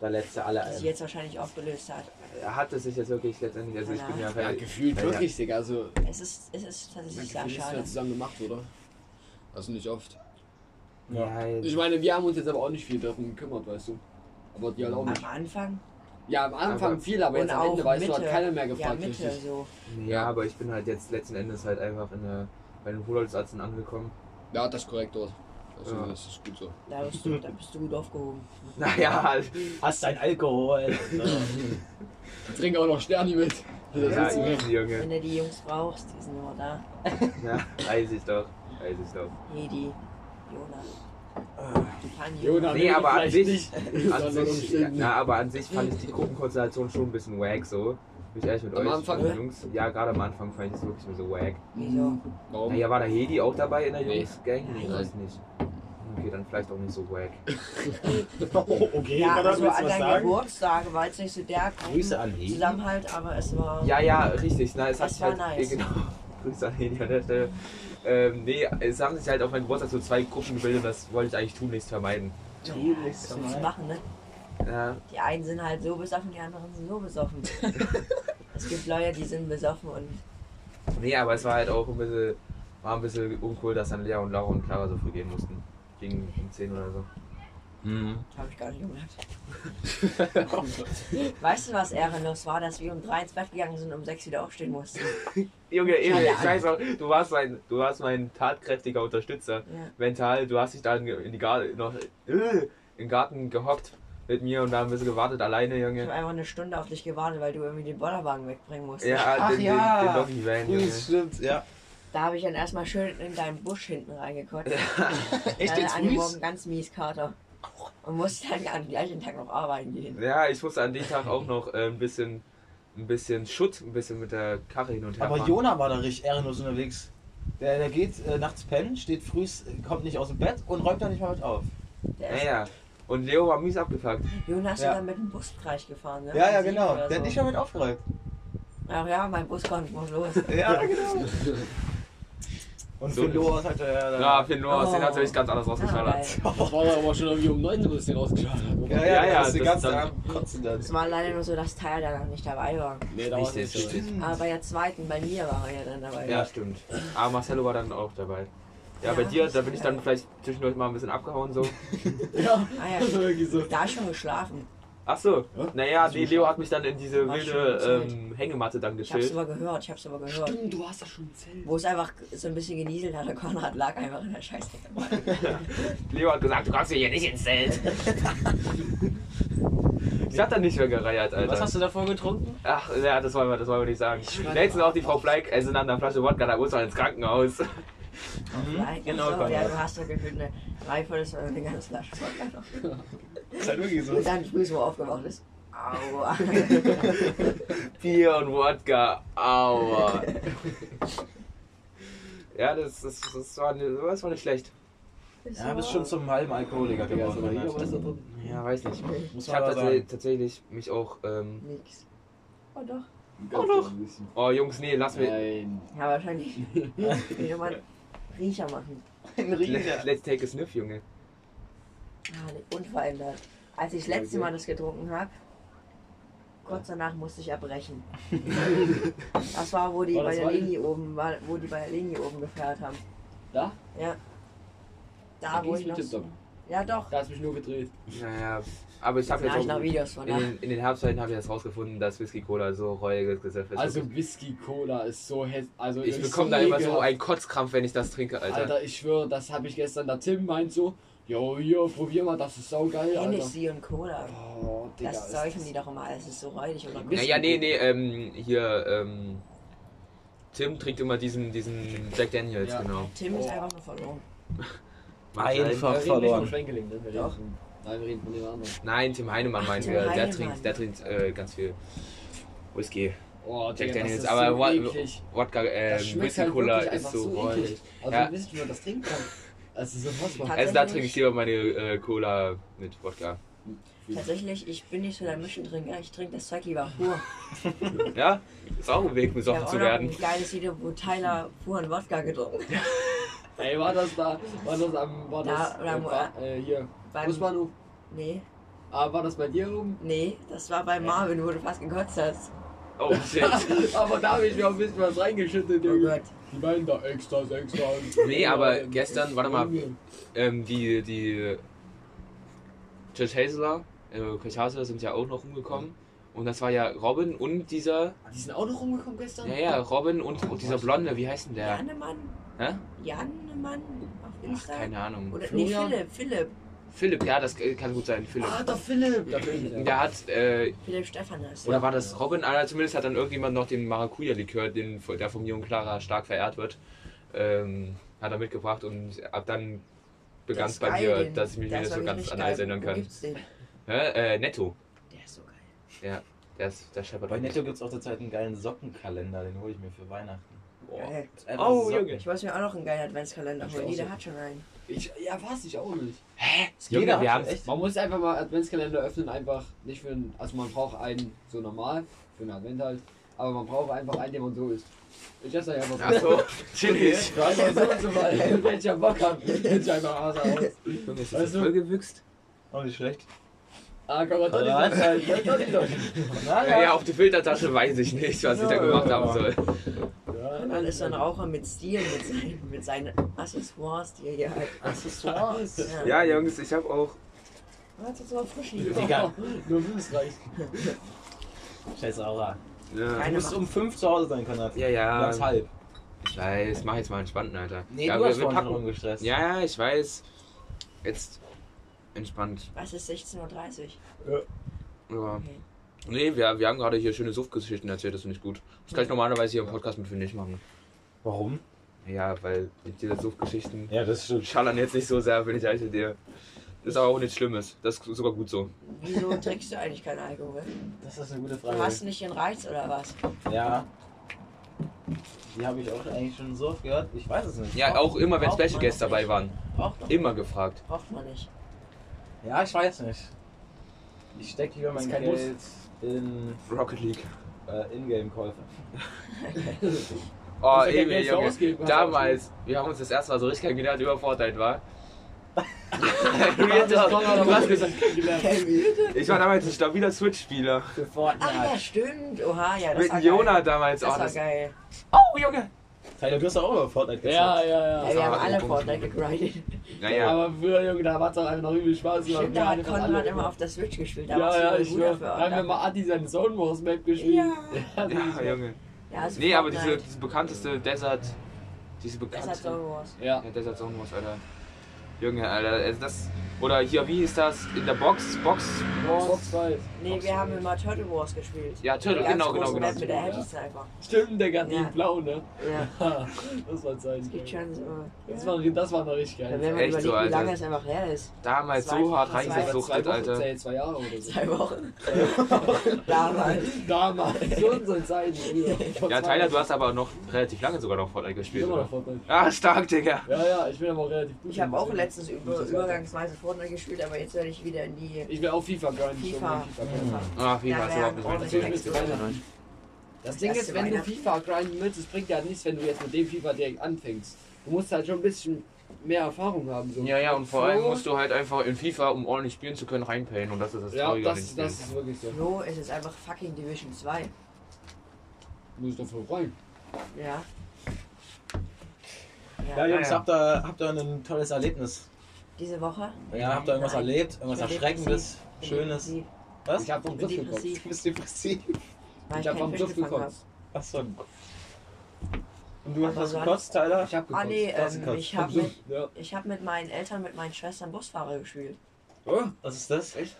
Der letzte alle die sich ein. jetzt wahrscheinlich aufgelöst hat. Hat es sich jetzt wirklich letztendlich, also ich bin ja Ja, gefühlt Ja, ja. wirklich, Digga. Also, Es ist, es ist tatsächlich gefühlt sehr ist schade. das zusammen gemacht, oder? Also nicht oft. Ja, halt- Ich jetzt- meine, wir haben uns jetzt aber auch nicht viel darum gekümmert, weißt du. Aber die halt auch Am nicht. Anfang Ja, am Anfang Aber- viel, aber und jetzt am auch Ende, weißt Mitte. du, hat keiner mehr ja, gefragt. Mitte also. richtig. so. ja, aber ich bin halt jetzt letzten Endes halt einfach in der, bei den Rudolfsarzten angekommen. *laughs* Ja, das ist korrekt dort. Also, Ja. das ist gut so. Da bist du, da bist du gut aufgehoben. Naja, halt. Hast dein Alkohol. Ich trinke auch noch Sterni mit. Das ja, ist so. easy, Junge. Wenn du die Jungs brauchst, die sind immer da. Ja, weiß ich doch. Weiß ich doch. Hedi, Jonas, die Pani. Jonah, Nee, aber an vielleicht sich- nicht. An Sondern sich, umständen. ja, aber an sich fand ich die Gruppenkonstellation schon ein bisschen wack, so. Bin ich ehrlich mit Am euch. Anfang, die ne? Jungs. Ja, gerade am Anfang fand ich das wirklich so wack. Wieso? Warum? Naja, war der Hedi auch dabei in der Nee. Jungs-Gang? Nee, Nein. weiß nicht. Okay, dann vielleicht auch nicht so wack. Oh, *laughs* okay, Ja, ja, dann also willst du an was deinem sagen? Geburtstag war jetzt nicht so der Grüße an Hedi. Zusammenhalt, aber es war. Ja, ja, richtig. Na, es hat Das sich war halt, nice. Genau. *laughs* Grüße an Hedi an der Stelle. Ähm, nee, es haben sich halt auf meinem Geburtstag so zwei Gruppen gebildet, das wollte ich eigentlich tunlichst vermeiden. Was willst du machen, ne? Ja, *laughs* Die einen sind halt so besoffen, die anderen sind so besoffen. Es gibt Leute, die sind besoffen und Nee, aber es war halt auch ein bisschen, war ein bisschen uncool, dass dann Lea und Laura und Clara so früh gehen mussten. Gegen um 10 oder so. Mhm. habe ich gar nicht *laughs* gemerkt. weißt du, was ehrenlos war, dass wir um drei ins Bett gegangen sind und um sechs wieder aufstehen mussten? Junge, Ja, Emil, ja. ich weiß auch, du warst mein, du warst mein tatkräftiger Unterstützer. Ja. Mental, du hast dich dann in die Garde, noch, äh, im Garten gehockt mit mir und da ein bisschen gewartet, alleine, Ich habe Junge. einfach eine Stunde auf dich gewartet, weil du irgendwie den Bollerwagen wegbringen musst. Ja, Ach den, ja. den, den Doggy Van, Junge. Das stimmt, ja. Da habe ich dann erstmal schön in deinen Busch hinten reingekotzt. Echt jetzt an dem mies? Morgen ganz mies Kater. Und musste dann am gleichen Tag noch arbeiten gehen. Ja, ich musste an dem Tag auch noch äh, ein bisschen, ein bisschen Schutt, ein bisschen mit der Karre hin und her. Aber fahren. Jona war da richtig ehrenlos unterwegs. Der, der geht äh, nachts pennen, steht früh, kommt nicht aus dem Bett und räumt da nicht mal mit auf. Der Ja, ist, ja. Und Leo war mies abgefuckt. Jonas Ja. ist dann mit dem Bus gleich gefahren. Ne? Ja, ja, Sieben genau. oder Der hat nicht So. mal mit aufgeräumt. Ach ja, mein Bus kommt muss los. Ja, genau. Und So für ist Loas hat er äh, ja. Ja, Finn Noah, den hat er Äh, Oh. nicht ganz anders Ah, rausgeschallert. geil. Das war aber schon irgendwie um 9 Uhr, dass der rausgeschaut hat. ja, ja, Ja, ja, ja, das den das ganzen ist dann- Abend kotzen dann. Es war leider nur so, dass Teil danach nicht dabei war. Nee, da war Richtig, es nicht. richtig. Aber bei der zweiten, bei mir war er ja dann dabei. Ja, stimmt. Aber Marcello war dann auch dabei. Ja, bei Ja, dir, das da ist bin ich geil. dann vielleicht zwischendurch mal ein bisschen abgehauen so. Ja, Ah, ja. das war irgendwie so. Da *laughs* hab ich schon geschlafen. Ach so. Ja? Naja, Hast du nee, Leo hat mich dann in diese War wilde schon ähm, Hängematte dann Ich hab's geschillt. aber gehört, ich hab's aber gehört. Stimmt, du hast da schon ein Zelt. Wo es einfach so ein bisschen genieselt hat, der Konrad lag einfach in der Scheiße. Hm? Leo hat gesagt, du kommst mir hier nicht ins Zelt. ich hab dann nicht mehr gereiert, Alter. Was hast du davor getrunken? Ach, ja, das wollen wir, das wollen wir nicht sagen. schwör- Letztens auch die Frau Bleik, also nach einer Flasche Wodka, da muss man ins Krankenhaus. *laughs* Nein, genau, so, ja, Konrad. du hast doch gefühlt eine Dreiviertel oder eine ganze Flasche Wodka noch. Ist halt *laughs* wirklich so. Und dann früh so aufgewacht ist. *laughs* Aua. Bier und Wodka, *laughs* aua. ja, das, das, das, war, nicht- das war nicht schlecht. Ja, bist schon zum halben Alkoholiker genau. Digga, ist aber hier, geworden. ne? aber ist da drin. Ja, weiß nicht. Muss Ich habe man aber sagen. tatsächlich mich auch. Ähm, Nix. Oh doch. Oh, doch. Nein. oh, Jungs, nee, lass mir. Ja, *laughs* wahrscheinlich. Ich will nochmal Riecher machen. Ein Let's, Riecher. let's take a sniff, Junge. Ah, nee, unverändert. Als ich das letzte Mal das getrunken habe, kurz danach musste ich erbrechen. Das war, wo die War das bei der war- Linie oben war, wo die bei der Linie oben gefährt haben. Da? Ja. Da, Da wo ging's ich mit noch. Tipptopp. Ja, doch. Da hast du mich nur gedreht. Naja, aber ich habe Da jetzt habe ich noch auch. Videos von. In Ja. den, in den Herbstzeiten habe ich jetzt rausgefunden, dass Whisky Cola so räudiges Gesöff ist. Also Whisky Cola ist so hässlich. Also ich hab bekomme noch da nie immer so gehabt. einen Kotzkrampf, wenn ich das trinke, Alter. Alter. ich schwöre, das habe ich gestern. Der Tim meint so, jo, hier, probier mal, das ist saugeil, Alter. Hennessy und Cola. Oh, Digga, Das ist säufen die doch immer alles. Das ist so räudig oder Whisky- Naja, nee, nee, ähm, hier, ähm, Tim trinkt immer diesen, diesen Jack Daniels, Ja. genau. Tim ist Oh. einfach nur verloren. Einfach. Wir Ach, reden nicht verloren. vom Schwenkeling, ne? Wir reden Doch. von, nein, wir reden von dem anderen. Nein, Tim Heinemann Ach, meinen Tim wir. Der Heinemann. trinkt, der trinkt äh, ganz viel Whisky. Oh, Jack Digga, das Daniels, ist aber so Wod- eklig. Wodka, äh, Das schmeckt Whisky halt Cola wirklich ist einfach so so räudig. eklig. Also Ja. ihr wisst, wie man das trinken kann. Das ist unfassbar. Also da Tatsächlich- trinke ich lieber meine äh, Cola mit Wodka. Tatsächlich, ich bin nicht so der Mischentrinker. Ich trinke das Zeug lieber pur. Ja, ist auch ein Weg, Ich besoffen habe auch zu noch werden. ein geiles Video, wo Tyler puren Wodka getrunken hat. Ey, war das da, war das am, war Da, das, oder äh, wo- war, äh, hier, Beim- Busbahnhof? Nee, Ah, war das bei dir oben? nee, das war bei Marvin, wo du fast gekotzt hast. Oh shit. *laughs* aber da habe ich mir auch ein bisschen was reingeschüttet, Oh Junge. Gott. Die meinen da Extras, Extras. Nee, aber gestern, warte mal. Ähm, die, die Judge Hazler, äh, Chris Hazler sind ja auch noch umgekommen. Und das war ja Robin und dieser, Die sind auch noch rumgekommen gestern? ja, ja, Robin und, und dieser Blonde, wie heißt denn der? Jannemann? Hä? Jannemann auf Ach, Insta? keine Ahnung. Oder, nee, Florian? Philipp, Philipp. Philipp, ja, das äh, kann gut sein, Philipp. Ah, der Philipp! Der Philipp. Der hat, äh, Philipp Stephanus. oder war das Robin? Ah, zumindest hat dann irgendjemand noch den Maracuja-Likör, den, der von mir und Clara stark verehrt wird, ähm, hat er mitgebracht und ab dann begann es ist bei geil, mir, den- dass ich mich der nicht ist so wirklich ganz richtig an geil. alles erinnern Wo kann. Gibt's den? Hä? Äh, netto. Der ist so geil. Ja, der ist der Shepard. Bei Netto gibt es auch zurzeit einen geilen Sockenkalender, den hole ich mir für Weihnachten. Äh, Boah. Geil. Ist einfach Oh, Socken. Junge. Ich weiß mir auch noch einen geilen Adventskalender Ich holen. auch Jeder so. hat schon einen. Ich, ja, was? Ich auch nicht. Junge, Jeder wir hat haben schon echt- Man muss einfach mal Adventskalender öffnen, einfach nicht für einen, also man braucht einen so normal, für einen Advent halt, aber man braucht einfach einen, den man so isst. Ich esse ja einfach so. Achso, *laughs* chillig. Ich weiß so und so mal, *laughs* wenn *laughs* ich am Bock hab, bin ich einfach Hase aus. Junge, ist Weißt das du- voll gewüchst? Auch nicht Oh, schlecht. Ah, kann man doch nicht festhalten. Das kann ich doch nicht. Naja. Ja, auf die Filtertasche weiß ich nicht, was ich da gemacht haben soll. Und dann ist so ein Raucher mit Stil, mit seinen, mit seinen Accessoires, die er hier halt? *laughs* hat. Accessoires. Ja, Jungs, ich habe auch. Das ist aber frisch. Digga, Nur hilfsreich. scheiß Aura. Ja, Du musst um 5 zu Hause sein, Konrad. ja. Oder um ja. halb. Ich weiß, mach jetzt mal entspannt, Alter. Nee, ja, du wir- hast wir vorhin schon packen. rumgestresst. Ja, ja, ich weiß. Jetzt entspannt. Was ist 16.30 Uhr? Ja. Okay. Nee, wir, wir haben gerade hier schöne Suff-Geschichten erzählt, das finde ich gut. Das kann ich normalerweise hier im Podcast mit für nicht machen. Warum? Ja, weil diese Suff-Geschichten Ja, das stimmt. schallern jetzt nicht so sehr, bin ich ehrlich mit dir. Das ist aber auch nichts Schlimmes. Das ist sogar gut so. Wieso trinkst du eigentlich keinen Alkohol? Das ist eine gute Du hast Frage. nicht den Reiz oder was? Ja. Die habe ich auch eigentlich schon so oft gehört. Ich weiß es nicht. Ja, auch immer, wenn Braucht Special man Guests das dabei nicht? waren. Braucht, doch, Immer gefragt. braucht man nicht. Ja, ich weiß nicht. Ich stecke lieber mein Ist kein Geld in Rocket League. äh, Ingame-Käufe. Oh, Hast du kein Emil, Geld für ausgeben, Junge. hast du Damals, wir haben uns das erste Mal so richtig kennengelernt, *laughs* übervorteilt *laughs* war. Real Talk. Du hast gesagt, ich war damals ein stabiler Switch-Spieler. Für Ach ja. Fortnite. stimmt. Oha, ja, das Mit war Jona geil. damals. Das Oh, war das, geil. oh, Junge. Tyler, du hast doch auch über Fortnite Ja, ja, gezockt. ja. Ja, wir war haben so alle komisch. Fortnite gegrindet. Naja, Aber früher, Junge, da hat es doch einfach noch übel Spaß gemacht. Wir Stimmt, da haben hat einfach Konrad alle- immer auf der Switch gespielt. Da Ja, warst ja, du ich ein guter schwör. für Da haben wir mal Adi seinen Zone Wars Map gespielt. Ja. ja, Junge. Ja, ist Nee, aber diese, Fortnite. diese bekannteste Desert. Diese Das hat bekannteste. Zone Wars. Ja. Ja, Desert Zone Wars, Alter. Junge, Alter. Also das, oder hier, wie hieß das? In der Box? Box? Box Fight. Nee, wir haben immer Turtle Wars gespielt. Ja, Turtle, Ganz genau, genau, große genau. Map mit der Happy Sniper. Stimmt, Digga, die Ja. blau, ne? Ja, äh, das war es Zeit. gibt schon so. Das war, das war noch richtig Wenn geil. man Echt überlegt, so, wie Alter. lange es einfach her ist. Damals Zwei- so hart zwei- reingesuchtet, Das war Alter. ja zwei Jahre oder so. Zwei Wochen. Damals. Damals. So unsere Zeit. Ja, Tyler, du hast aber noch relativ lange sogar noch Fortnite gespielt, Immer noch oder? Fortnite. Ah, stark, Digga. Ja, ja, ich bin aber auch relativ gut. Ich habe auch deswegen- letztens über, Deswegen- übergangsweise Fortnite gespielt, aber jetzt werde ich wieder in die Ich will auch FIFA grinden. ich will FIFA. FIFA grinden. Ah, wie Ja, war's überhaupt wir haben nicht ordentlich mein Natürlich Explosion. willst du weiter. Das Ding ist, wenn du FIFA grinden willst, es bringt ja nichts, wenn du jetzt mit dem FIFA direkt anfängst. Du musst halt schon ein bisschen mehr Erfahrung haben. So. Ja, ja, und vor So. allem musst du halt einfach in FIFA, um ordentlich spielen zu können, reinpayen und das ist das Ja, Traurige an das, den das Spielen. ist wirklich Ah. so. No, es ist einfach fucking Division 2. Muss ich davon freuen. Ja. Ja, Ja, Jungs, ja, ja. habt ihr habt ihr ein tolles Erlebnis? diese Woche. Ja, habt ihr irgendwas Nein. erlebt? Irgendwas Ich bin Erschreckendes, depressiv. Schönes? Ich Was? Ich hab vom bin Griff gekommen. depressiv, Du bist depressiv. weil ich Ich hab keinen vom Fisch Griff gefangen habe. gekotzt. Achso. Und du hast Aber was sonst- gekotzt, Tyler? Ich hab Ah gekotzt. nee, hast du ähm, gekotzt? ich habe So, mit, ja. ich hab mit meinen Eltern, mit meinen Schwestern Busfahrer gespielt. Was ist das? Echt?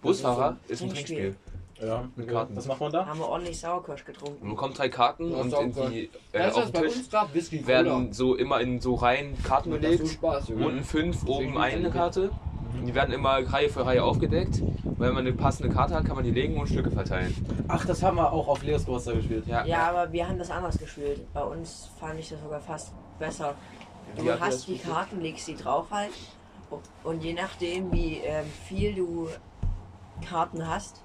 Busfahrer ist ein Trinkspiel. Trinkspiel. Ja, Mit Karten. Was macht man Da da? haben wir ordentlich Sauerkirsch getrunken. Man bekommt drei Karten Ja, und sauber. in die, äh, Weißt du, auf was bei den Tisch uns Genau. gab? Whisky werden so immer in so Reihen Karten Cola. Das macht so gelegt. Spaß, Junge. Unten fünf, Deswegen oben eine nicht. Karte. Und die werden immer Reihe für Reihe aufgedeckt. Und wenn man eine passende Karte hat, kann man die legen und Stücke verteilen. Ach, das haben wir auch auf Leos Geburtstag gespielt. Ja, Ja, aber wir haben das anders gespielt. Bei uns fand ich das sogar fast besser. Du Ja, das hast die Karten, legst sie drauf halt. Und je nachdem, wie ähm, viel du Karten hast,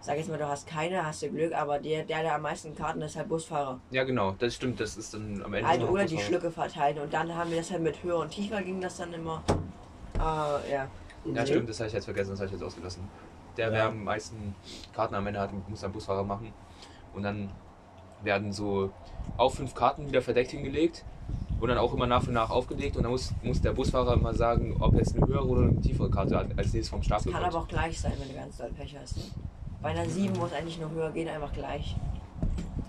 sag jetzt mal, du hast keine, hast du Glück, aber der, der, der am meisten Karten hat, ist halt Busfahrer. ja, genau, das stimmt. Das ist dann am Ende. Halt noch oder die Busfahrer. Schlücke verteilen. Und dann haben wir das halt mit höher und tiefer ging das dann immer. Äh, ja. Ja, stimmt, das habe ich jetzt vergessen, das habe ich jetzt ausgelassen. Der, wer Ja. am meisten Karten am Ende hat, muss dann Busfahrer machen. Und dann werden so auch fünf Karten wieder verdeckt hingelegt und dann auch immer nach und nach aufgelegt. Und dann muss, muss der Busfahrer immer sagen, ob jetzt eine höhere oder eine tiefere Karte als nächstes vom Stapel Kann kommt. aber auch gleich sein, wenn du ganz doll Pech hast. ne? Bei einer 7 muss eigentlich nur höher gehen, einfach gleich.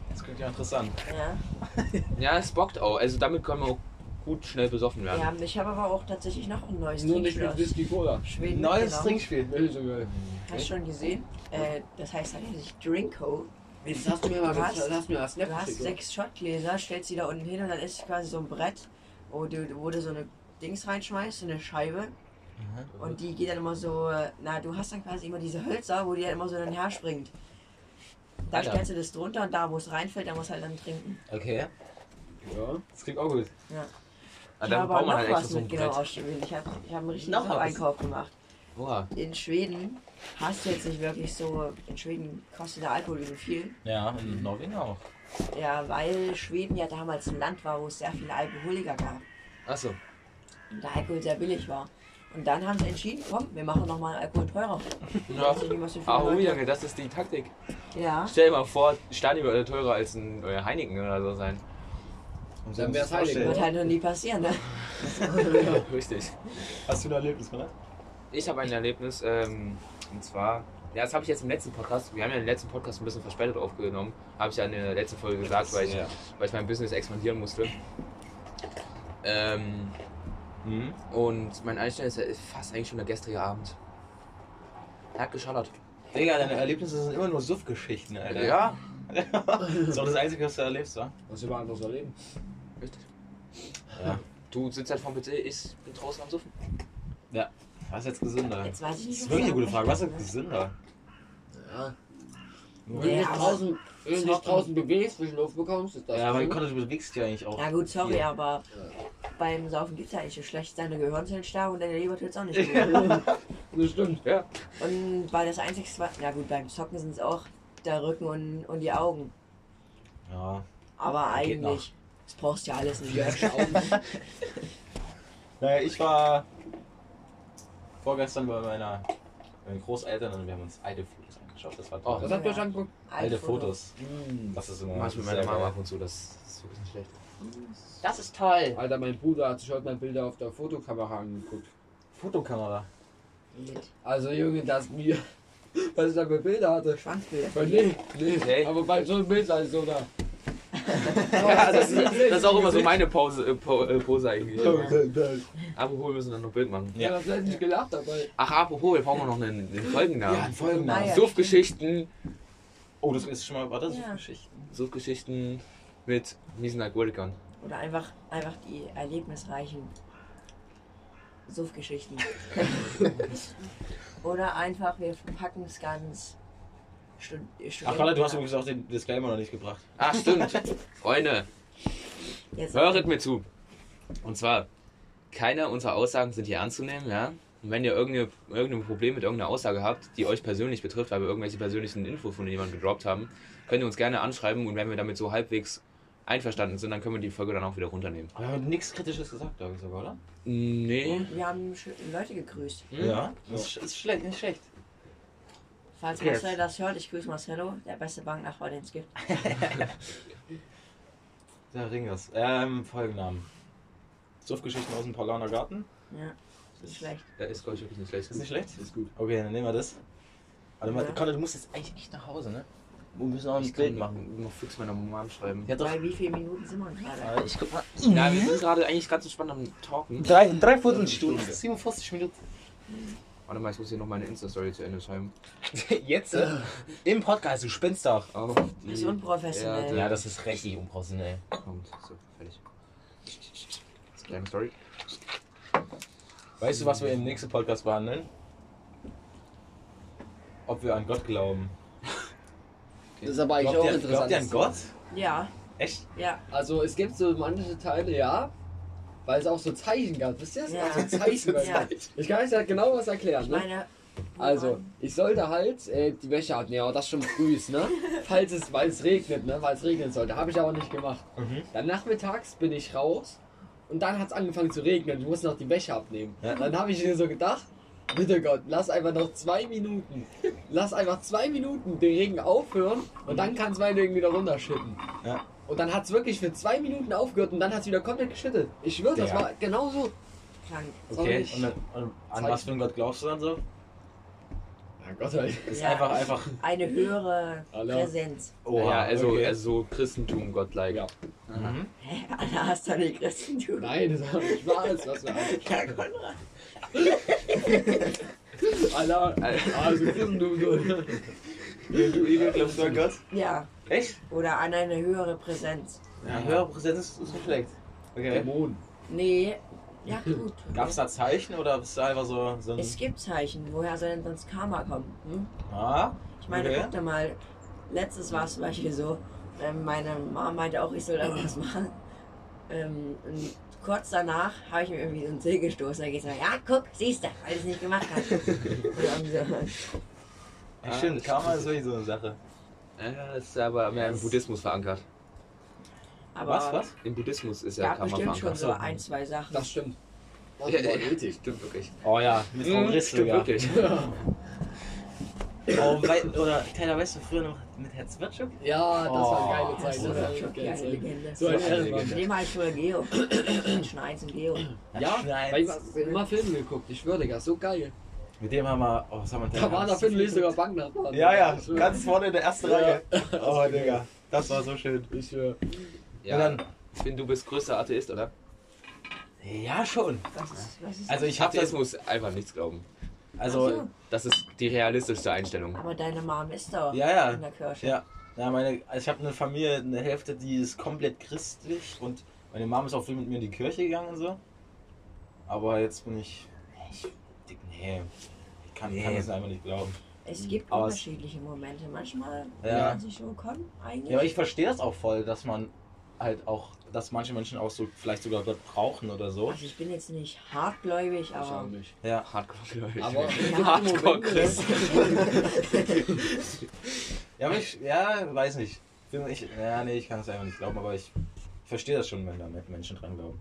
Das klingt ja interessant. Ja. Ja, es bockt auch. Also damit können wir auch gut schnell besoffen werden. Ja, ich habe aber auch tatsächlich noch ein neues Nur nicht Trinkspiel mit aus Whisky Cola. Schweden. Neues mitgenommen. Trinkspiel. Nee, so geil. Hast du schon gesehen? Äh, das heißt eigentlich Drinko. Das hast du mir mal Du hast- gesagt. Das hast du mir als Snap Du hast geschickt, oder? sechs Shotgläser, stellst die da unten hin und dann ist quasi so ein Brett, wo du, wo du so eine Dings reinschmeißt, so eine Scheibe. Und die geht dann immer so, äh, na, du hast dann quasi immer diese Hölzer, wo die dann immer so dann her springt. Da Alter. stellst du das drunter und da, wo es reinfällt, da muss halt dann trinken. Okay. Ja. Das klingt auch gut. Ja. Ah, Ich dafür habe braucht man noch halt extra was so ein mit genau Brett. auszuwählen. Ich habe ich hab einen richtigen Noch was? Einkauf gemacht. Boah. In Schweden hast du jetzt nicht wirklich so, in Schweden kostet der Alkohol übel viel. Ja, in Norwegen auch. Ja, weil Schweden ja damals ein Land war, wo es sehr viele Alkoholiker gab. Achso. Und der Alkohol sehr billig war. Und dann haben sie entschieden, komm, wir machen nochmal Alkohol teurer. Ja. Weiß ich nicht, was wir für Ah, oh, Leute- Junge, das ist die Taktik. Ja. Stell dir mal vor, Stadion würde teurer als ein äh, Heineken oder so *laughs* sein. Und Dann wär's Wird halt noch nie passieren, ne? Richtig. Hast du ein Erlebnis, oder? Ich habe ein Erlebnis, ähm, und zwar, ja, das habe ich jetzt im letzten Podcast, wir haben ja den letzten Podcast ein bisschen verspätet aufgenommen, habe ich ja in der letzten Folge gesagt, weil ich, Ja. weil ich mein Business expandieren musste. Ähm, Mhm. und mein Einstein ist ist fast eigentlich schon der gestrige Abend. Er hat geschallert. Digga, deine Erlebnisse sind immer nur Suff-Geschichten, Alter. Ja, ne? Das ist auch das Einzige, was du erlebst, wa? Was über anderes erleben. richtig. Ja. Du sitzt halt vorm PC, ich bin draußen am Suffen. Was ist jetzt gesünder? Jetzt weiß ich Das nicht, ist was wirklich eine ich gute Frage. Was ist sagen gesünder? Ja. Nur- Wenn du Ja, dich aber- draußen, wenn du dich Zocken. draußen bewegst, frischen Luft bekommst, ist das. Ja, aber schön. Content, du bewegst dich ja eigentlich auch. Hm? Ja gut, sorry, Hier. aber beim Saufen gibt es ja nicht so schlecht. Deine Gehirn sind stark und deine Leber tut's *laughs* auch nicht gut. Das stimmt. Ja. und weil das Einzige, was... Na gut, beim Zocken sind es auch der Rücken und, und die Augen. Ja. Aber Geht noch. eigentlich, das brauchst du ja alles nicht. Ja, schauen. Naja, ich war vorgestern bei meiner, meinen Großeltern und wir haben uns alte Fotos angeschaut. Das war toll. Oh, Was habt ihr euch angeguckt? alte Fotos. Das ist immer Mach ich mit meiner sehr Mama geil. ab und zu, das ist so ein bisschen schlecht. Das ist toll. Alter, mein Bruder hat sich heute mal Bilder auf der Fotokamera angeguckt. Fotokamera. Mit Also Junge, das mir, *laughs* was ich da für Bilder hatte. Schwanzbild. Aber nee, nee, Nee. aber bei so einem Bild sei es so da. Ja, das, ist, das ist auch immer *laughs* so meine Pause, äh, Po- äh, Pose eigentlich. Apropos, wir müssen dann noch ein Bild machen. Ja, das hätte ich gelacht dabei. Ach, apropos, wir brauchen noch einen, einen Folgennamen. Ah, ja. Suffgeschichten, Oh, das ist schon mal. War das Ja. Geschichten? Suffgeschichten mit miesen Alkoholikern. Oder einfach, einfach die erlebnisreichen Suffgeschichten. *laughs* Oder einfach, wir packen es ganz. Stud äh, Ach, warte, du hast übrigens auch den Disclaimer noch nicht gebracht. Ach, Ah, stimmt. Freunde, Jetzt höret mir zu. Und zwar, keine unserer Aussagen sind hier anzunehmen, ja? Und wenn ihr irgendeine, irgendein Problem mit irgendeiner Aussage habt, die euch persönlich betrifft, weil wir irgendwelche persönlichen Infos von jemandem gedroppt haben, könnt ihr uns gerne anschreiben und wenn wir damit so halbwegs einverstanden sind, dann können wir die Folge dann auch wieder runternehmen. Aber wir haben nichts Kritisches gesagt, glaube ich sogar, oder? Nee. Wir haben schö- Leute gegrüßt. Hm? Ja. Das ist, ist schlecht, nicht schlecht. Falls Yes. Marcel das hört, ich grüße Marcello, der beste Banknachbar, den es gibt. Der Ring das. Ähm, Folgennamen. Suffgeschichten aus dem Paulaner Garten. Ja, nicht schlecht. Da ist, glaube ich, wirklich nicht schlecht. Ist nicht schlecht? Ist gut. Okay, dann nehmen wir das. Warte mal, Ja. Conor, du musst jetzt eigentlich echt nach Hause, ne? Wir müssen auch ein Ich Bild kann machen. machen. Noch fix meiner Mom schreiben. Ja, doch. Bei wie vielen Minuten sind wir gerade? Äh, Ich guck mal. Ja, Mhm. wir sind gerade eigentlich ganz entspannt am Talken. Drei, drei Viertelstunde. 47 Minuten. Warte mal, ich muss hier noch meine Insta-Story zu Ende schreiben. *laughs* Jetzt? äh, Im Podcast, du spinnst doch. Oh, Das ist unprofessionell. Ja, das ist richtig unprofessionell. kommt. So, fertig. Kleine Story. Weißt du, was wir im nächsten Podcast behandeln? Ob wir an Gott glauben. Das ist aber eigentlich Glaubt Ah, auch ihr, interessant. glaubt ihr an Gott? Ja, Echt? ja. Also es gibt so manche Teile, ja, weil es auch so Zeichen gab. Wisst ihr das? Ja. Ja. So Zeichen. *laughs* Ja. Ich kann euch da genau was erklären. Ich Ne? meine, Also, ich sollte halt äh, die Wäsche abnehmen, aber das schon früh ist, ne? Falls es, weil es regnet, ne? Weil es regnen sollte. Habe ich aber nicht gemacht. Mhm. Dann nachmittags bin ich raus und dann hat es angefangen zu regnen. Ich muss noch die Wäsche abnehmen. Ja. Dann habe ich mir so gedacht, bitte Gott, lass einfach noch zwei Minuten. Lass einfach zwei Minuten den Regen aufhören und dann kann es meinetwegen wieder runterschütten. Mhm. Ja. Und dann hat es wirklich für zwei Minuten aufgehört und dann hat es wieder komplett geschüttet. Ich schwöre, das Ja. war genau so. krank. Okay. Sorry. Und, dann- und an was für einen Gott glaubst du dann so? Ja, Gott, ey. Ist Ja. einfach, einfach. Eine höhere Hallo. Präsenz. Oha, ja, also, okay. also Christentum, Gottlike. Ja. Mhm. Hä? Anna hast du nicht Christentum. Nein, das war nicht wahr, alles, was wir haben. Ja, Konrad. Alter, also Christentum so. Du, Igel, glaubst du an Gott? Ja. Echt? Oder an eine höhere Präsenz. Ja, höhere Präsenz ist, ist nicht schlecht. Okay. Dämon. Nee, ja gut. Gab es da Zeichen oder ist da einfach so, so ein. Es gibt Zeichen, woher soll denn sonst Karma kommen? Hm? ah, Ich meine, Okay. guck da mal, letztes war es zum Beispiel so, ähm, meine Mama meinte auch, ich soll irgendwas machen. Ähm, und kurz danach habe ich mir irgendwie so einen Zeh gestoßen. Da geht es mal, ja, guck, siehst du, weil ich es nicht gemacht habe. Und dann so, ja, stimmt. Karma ist wirklich so eine Sache. Ja, das ist aber mehr im Buddhismus verankert. aber Was, was? Im Buddhismus ist Es ja gab Karma bestimmt schon verankert. Ach so. so ein, zwei Sachen. Das stimmt. Das Ja, war ja, Ethik. stimmt wirklich. Oh ja, mit Frau Mhm, Riss stimmt sogar. wirklich. Oh, wei *laughs* oder Tyler, weißt du, früher noch mit Herr Zwirtschup? Ja, das Oh. war eine geile Zeit. Das Das war ist eine schon geile eine Zeit. Legende. So ein Ehrenmann. Legende. Nimm mal früher Geo. Schneiden Geo. Ja, Schneid. weil ich hab immer Filme geguckt. Ich schwöre, Digga, so geil. Mit dem haben wir. Oh, was haben wir denn Da war der alles? Finley sogar Banknachbar. Ja, ja, Ich schwör. ganz vorne in der ersten Ja. Reihe. Oh, Digga, das war so schön. Ich schwör. Ja, ich finde, du bist größter Atheist, oder? Ja, schon. Was ist, was ist Also, ich hab das. Atheismus, einfach nichts glauben. Ach Also, so. Das ist die realistischste Einstellung. Aber deine Mom ist da Ja, ja. in der Kirche. Ja, ja meine, also ich habe eine Familie, eine Hälfte, die ist komplett christlich und meine Mama ist auch viel mit mir in die Kirche gegangen und so. Aber jetzt bin ich. Ich, nee, ich kann, kann Nee. das einfach nicht glauben. Es gibt Aber es- unterschiedliche Momente. Manchmal Ja. ja. man sich so kommen eigentlich. Ja, aber ich verstehe das auch voll, dass man halt auch, dass manche Menschen auch so vielleicht sogar Gott brauchen oder so. also ich bin jetzt nicht hartgläubig, Ich auch aber nicht. Ja. Hardcore, Aber glaube es ich. gibt Hardcore Momente, Christ. Ja, aber ich, ja, weiß nicht. Bin ich, ja, nee, ich kann es einfach nicht glauben, aber ich verstehe das schon, wenn da Menschen dran glauben.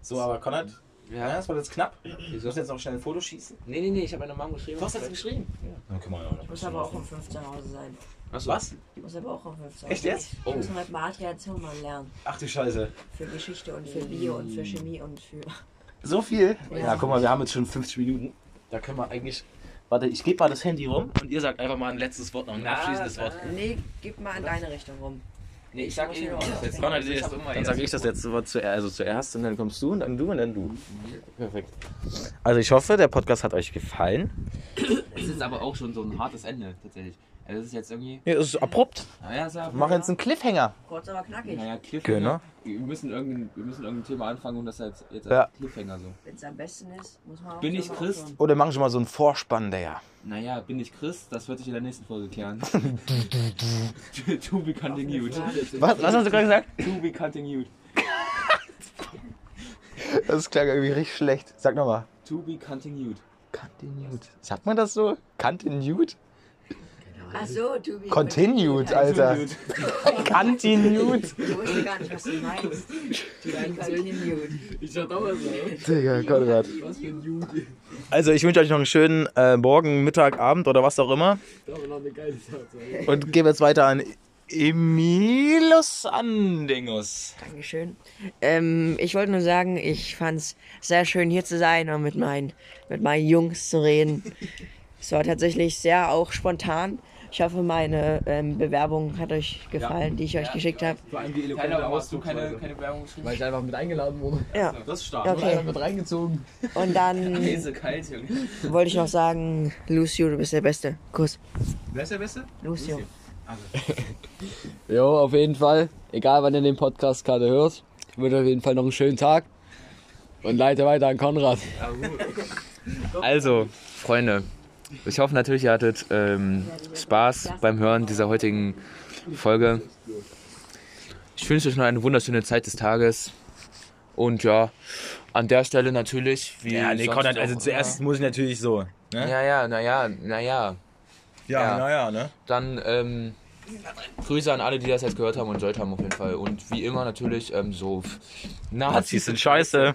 So, aber Konrad, ja, das war jetzt knapp. Wir müssen jetzt noch schnell ein Foto schießen. Nee, nee, nee, ich habe meiner Mom geschrieben. Du hast das geschrieben. Dann können wir ja auch noch ich muss aber auch um fünf zu Hause sein. Achso. Was? Ich muss aber auch um fünf zu Hause Echt sein. jetzt? Ich Oh. muss halt Mathe Zimmermann lernen. Ach du Scheiße. Für Geschichte und für Bio und für Chemie und für. So viel? Ja, Ja, guck mal, wir haben jetzt schon 50 Minuten. Da können wir eigentlich. Warte, ich gebe mal das Handy rum und ihr sagt einfach mal ein letztes Wort, noch ein Na, abschließendes Ah, na. Wort. *laughs* Nee, gib mal in deine Richtung rum. Nee, ich sag Muss eh ich noch. auch was jetzt. ausdenken. Konrad, Ich das- hab immer dann sage Also ich das letzte Wort zuerst, also zuerst und dann kommst du und dann du und dann Mhm. du. Perfekt. Also ich hoffe, der Podcast hat euch gefallen. Es ist aber auch schon so ein hartes Ende, tatsächlich. Also, das ist jetzt irgendwie. Ja, es ist abrupt. Naja, ist ja. Wir machen jetzt einen Cliffhanger. Kurz aber knackig. Naja, Cliffhanger. Genau. Wir müssen irgendein, wir müssen irgendein Thema anfangen und das jetzt, jetzt Ja. als Cliffhanger so. Wenn es am besten ist, muss man auch Bin ich selber Christ? aufhören. Oder machen schon mal so einen Vorspann, Digga. Naja, bin ich Christ? Das wird sich in der nächsten *laughs* Folge klären. to be cutting you. Was, was hast du gerade gesagt? To be cutting you. Das klang irgendwie richtig schlecht. Sag nochmal. To be cutting you. Continued. Sagt man das so? Continued? Ach so, du wie. Continued, Alter. Continued. Ich wusste gar nicht, was du meinst. Du wie continued. Ich sag auch mal so. Digga, Konrad. Was für ein Jude. Also ich wünsche euch noch einen schönen äh, Morgen, Mittag, Abend oder was auch immer. Da war noch eine geile Zeit. so. Und gebe jetzt weiter an Emilus Andingus. Dankeschön. Ähm, ich wollte nur sagen, ich fand's sehr schön hier zu sein und mit meinen, mit meinen Jungs zu reden. es war tatsächlich sehr auch spontan. Ich hoffe, meine ähm, Bewerbung hat euch gefallen, die ich euch geschickt habe. Vor allem die eloquente Keiner, hast du keine, Ausdrucksweise. keine Werbung geschrieben? Weil ich einfach mit eingeladen wurde. Ja, Das ist stark. okay. Einfach mit reingezogen. Und dann Käse kalt, Junge. wollte ich noch sagen, Lucio, du bist der Beste. Kuss. Wer ist der Beste? Lucio. Jo, auf jeden Fall. Egal, wann ihr den Podcast gerade hört, wünsche euch auf jeden Fall noch einen schönen Tag. Und leite weiter an Konrad. Also, Freunde, ich hoffe natürlich, ihr hattet ähm, Spaß beim Hören dieser heutigen Folge. Ich wünsche euch noch eine wunderschöne Zeit des Tages. Und ja, an der Stelle natürlich, wie. Ja, nee, sonst Konrad, auch also immer. zuerst muss ich natürlich so. Ne? Ja, ja, naja, naja. Ja, Ja. naja, ne? Dann ähm, Grüße an alle, die das jetzt gehört haben und gehört haben auf jeden Fall. Und wie immer natürlich ähm, so. Nazis sind scheiße.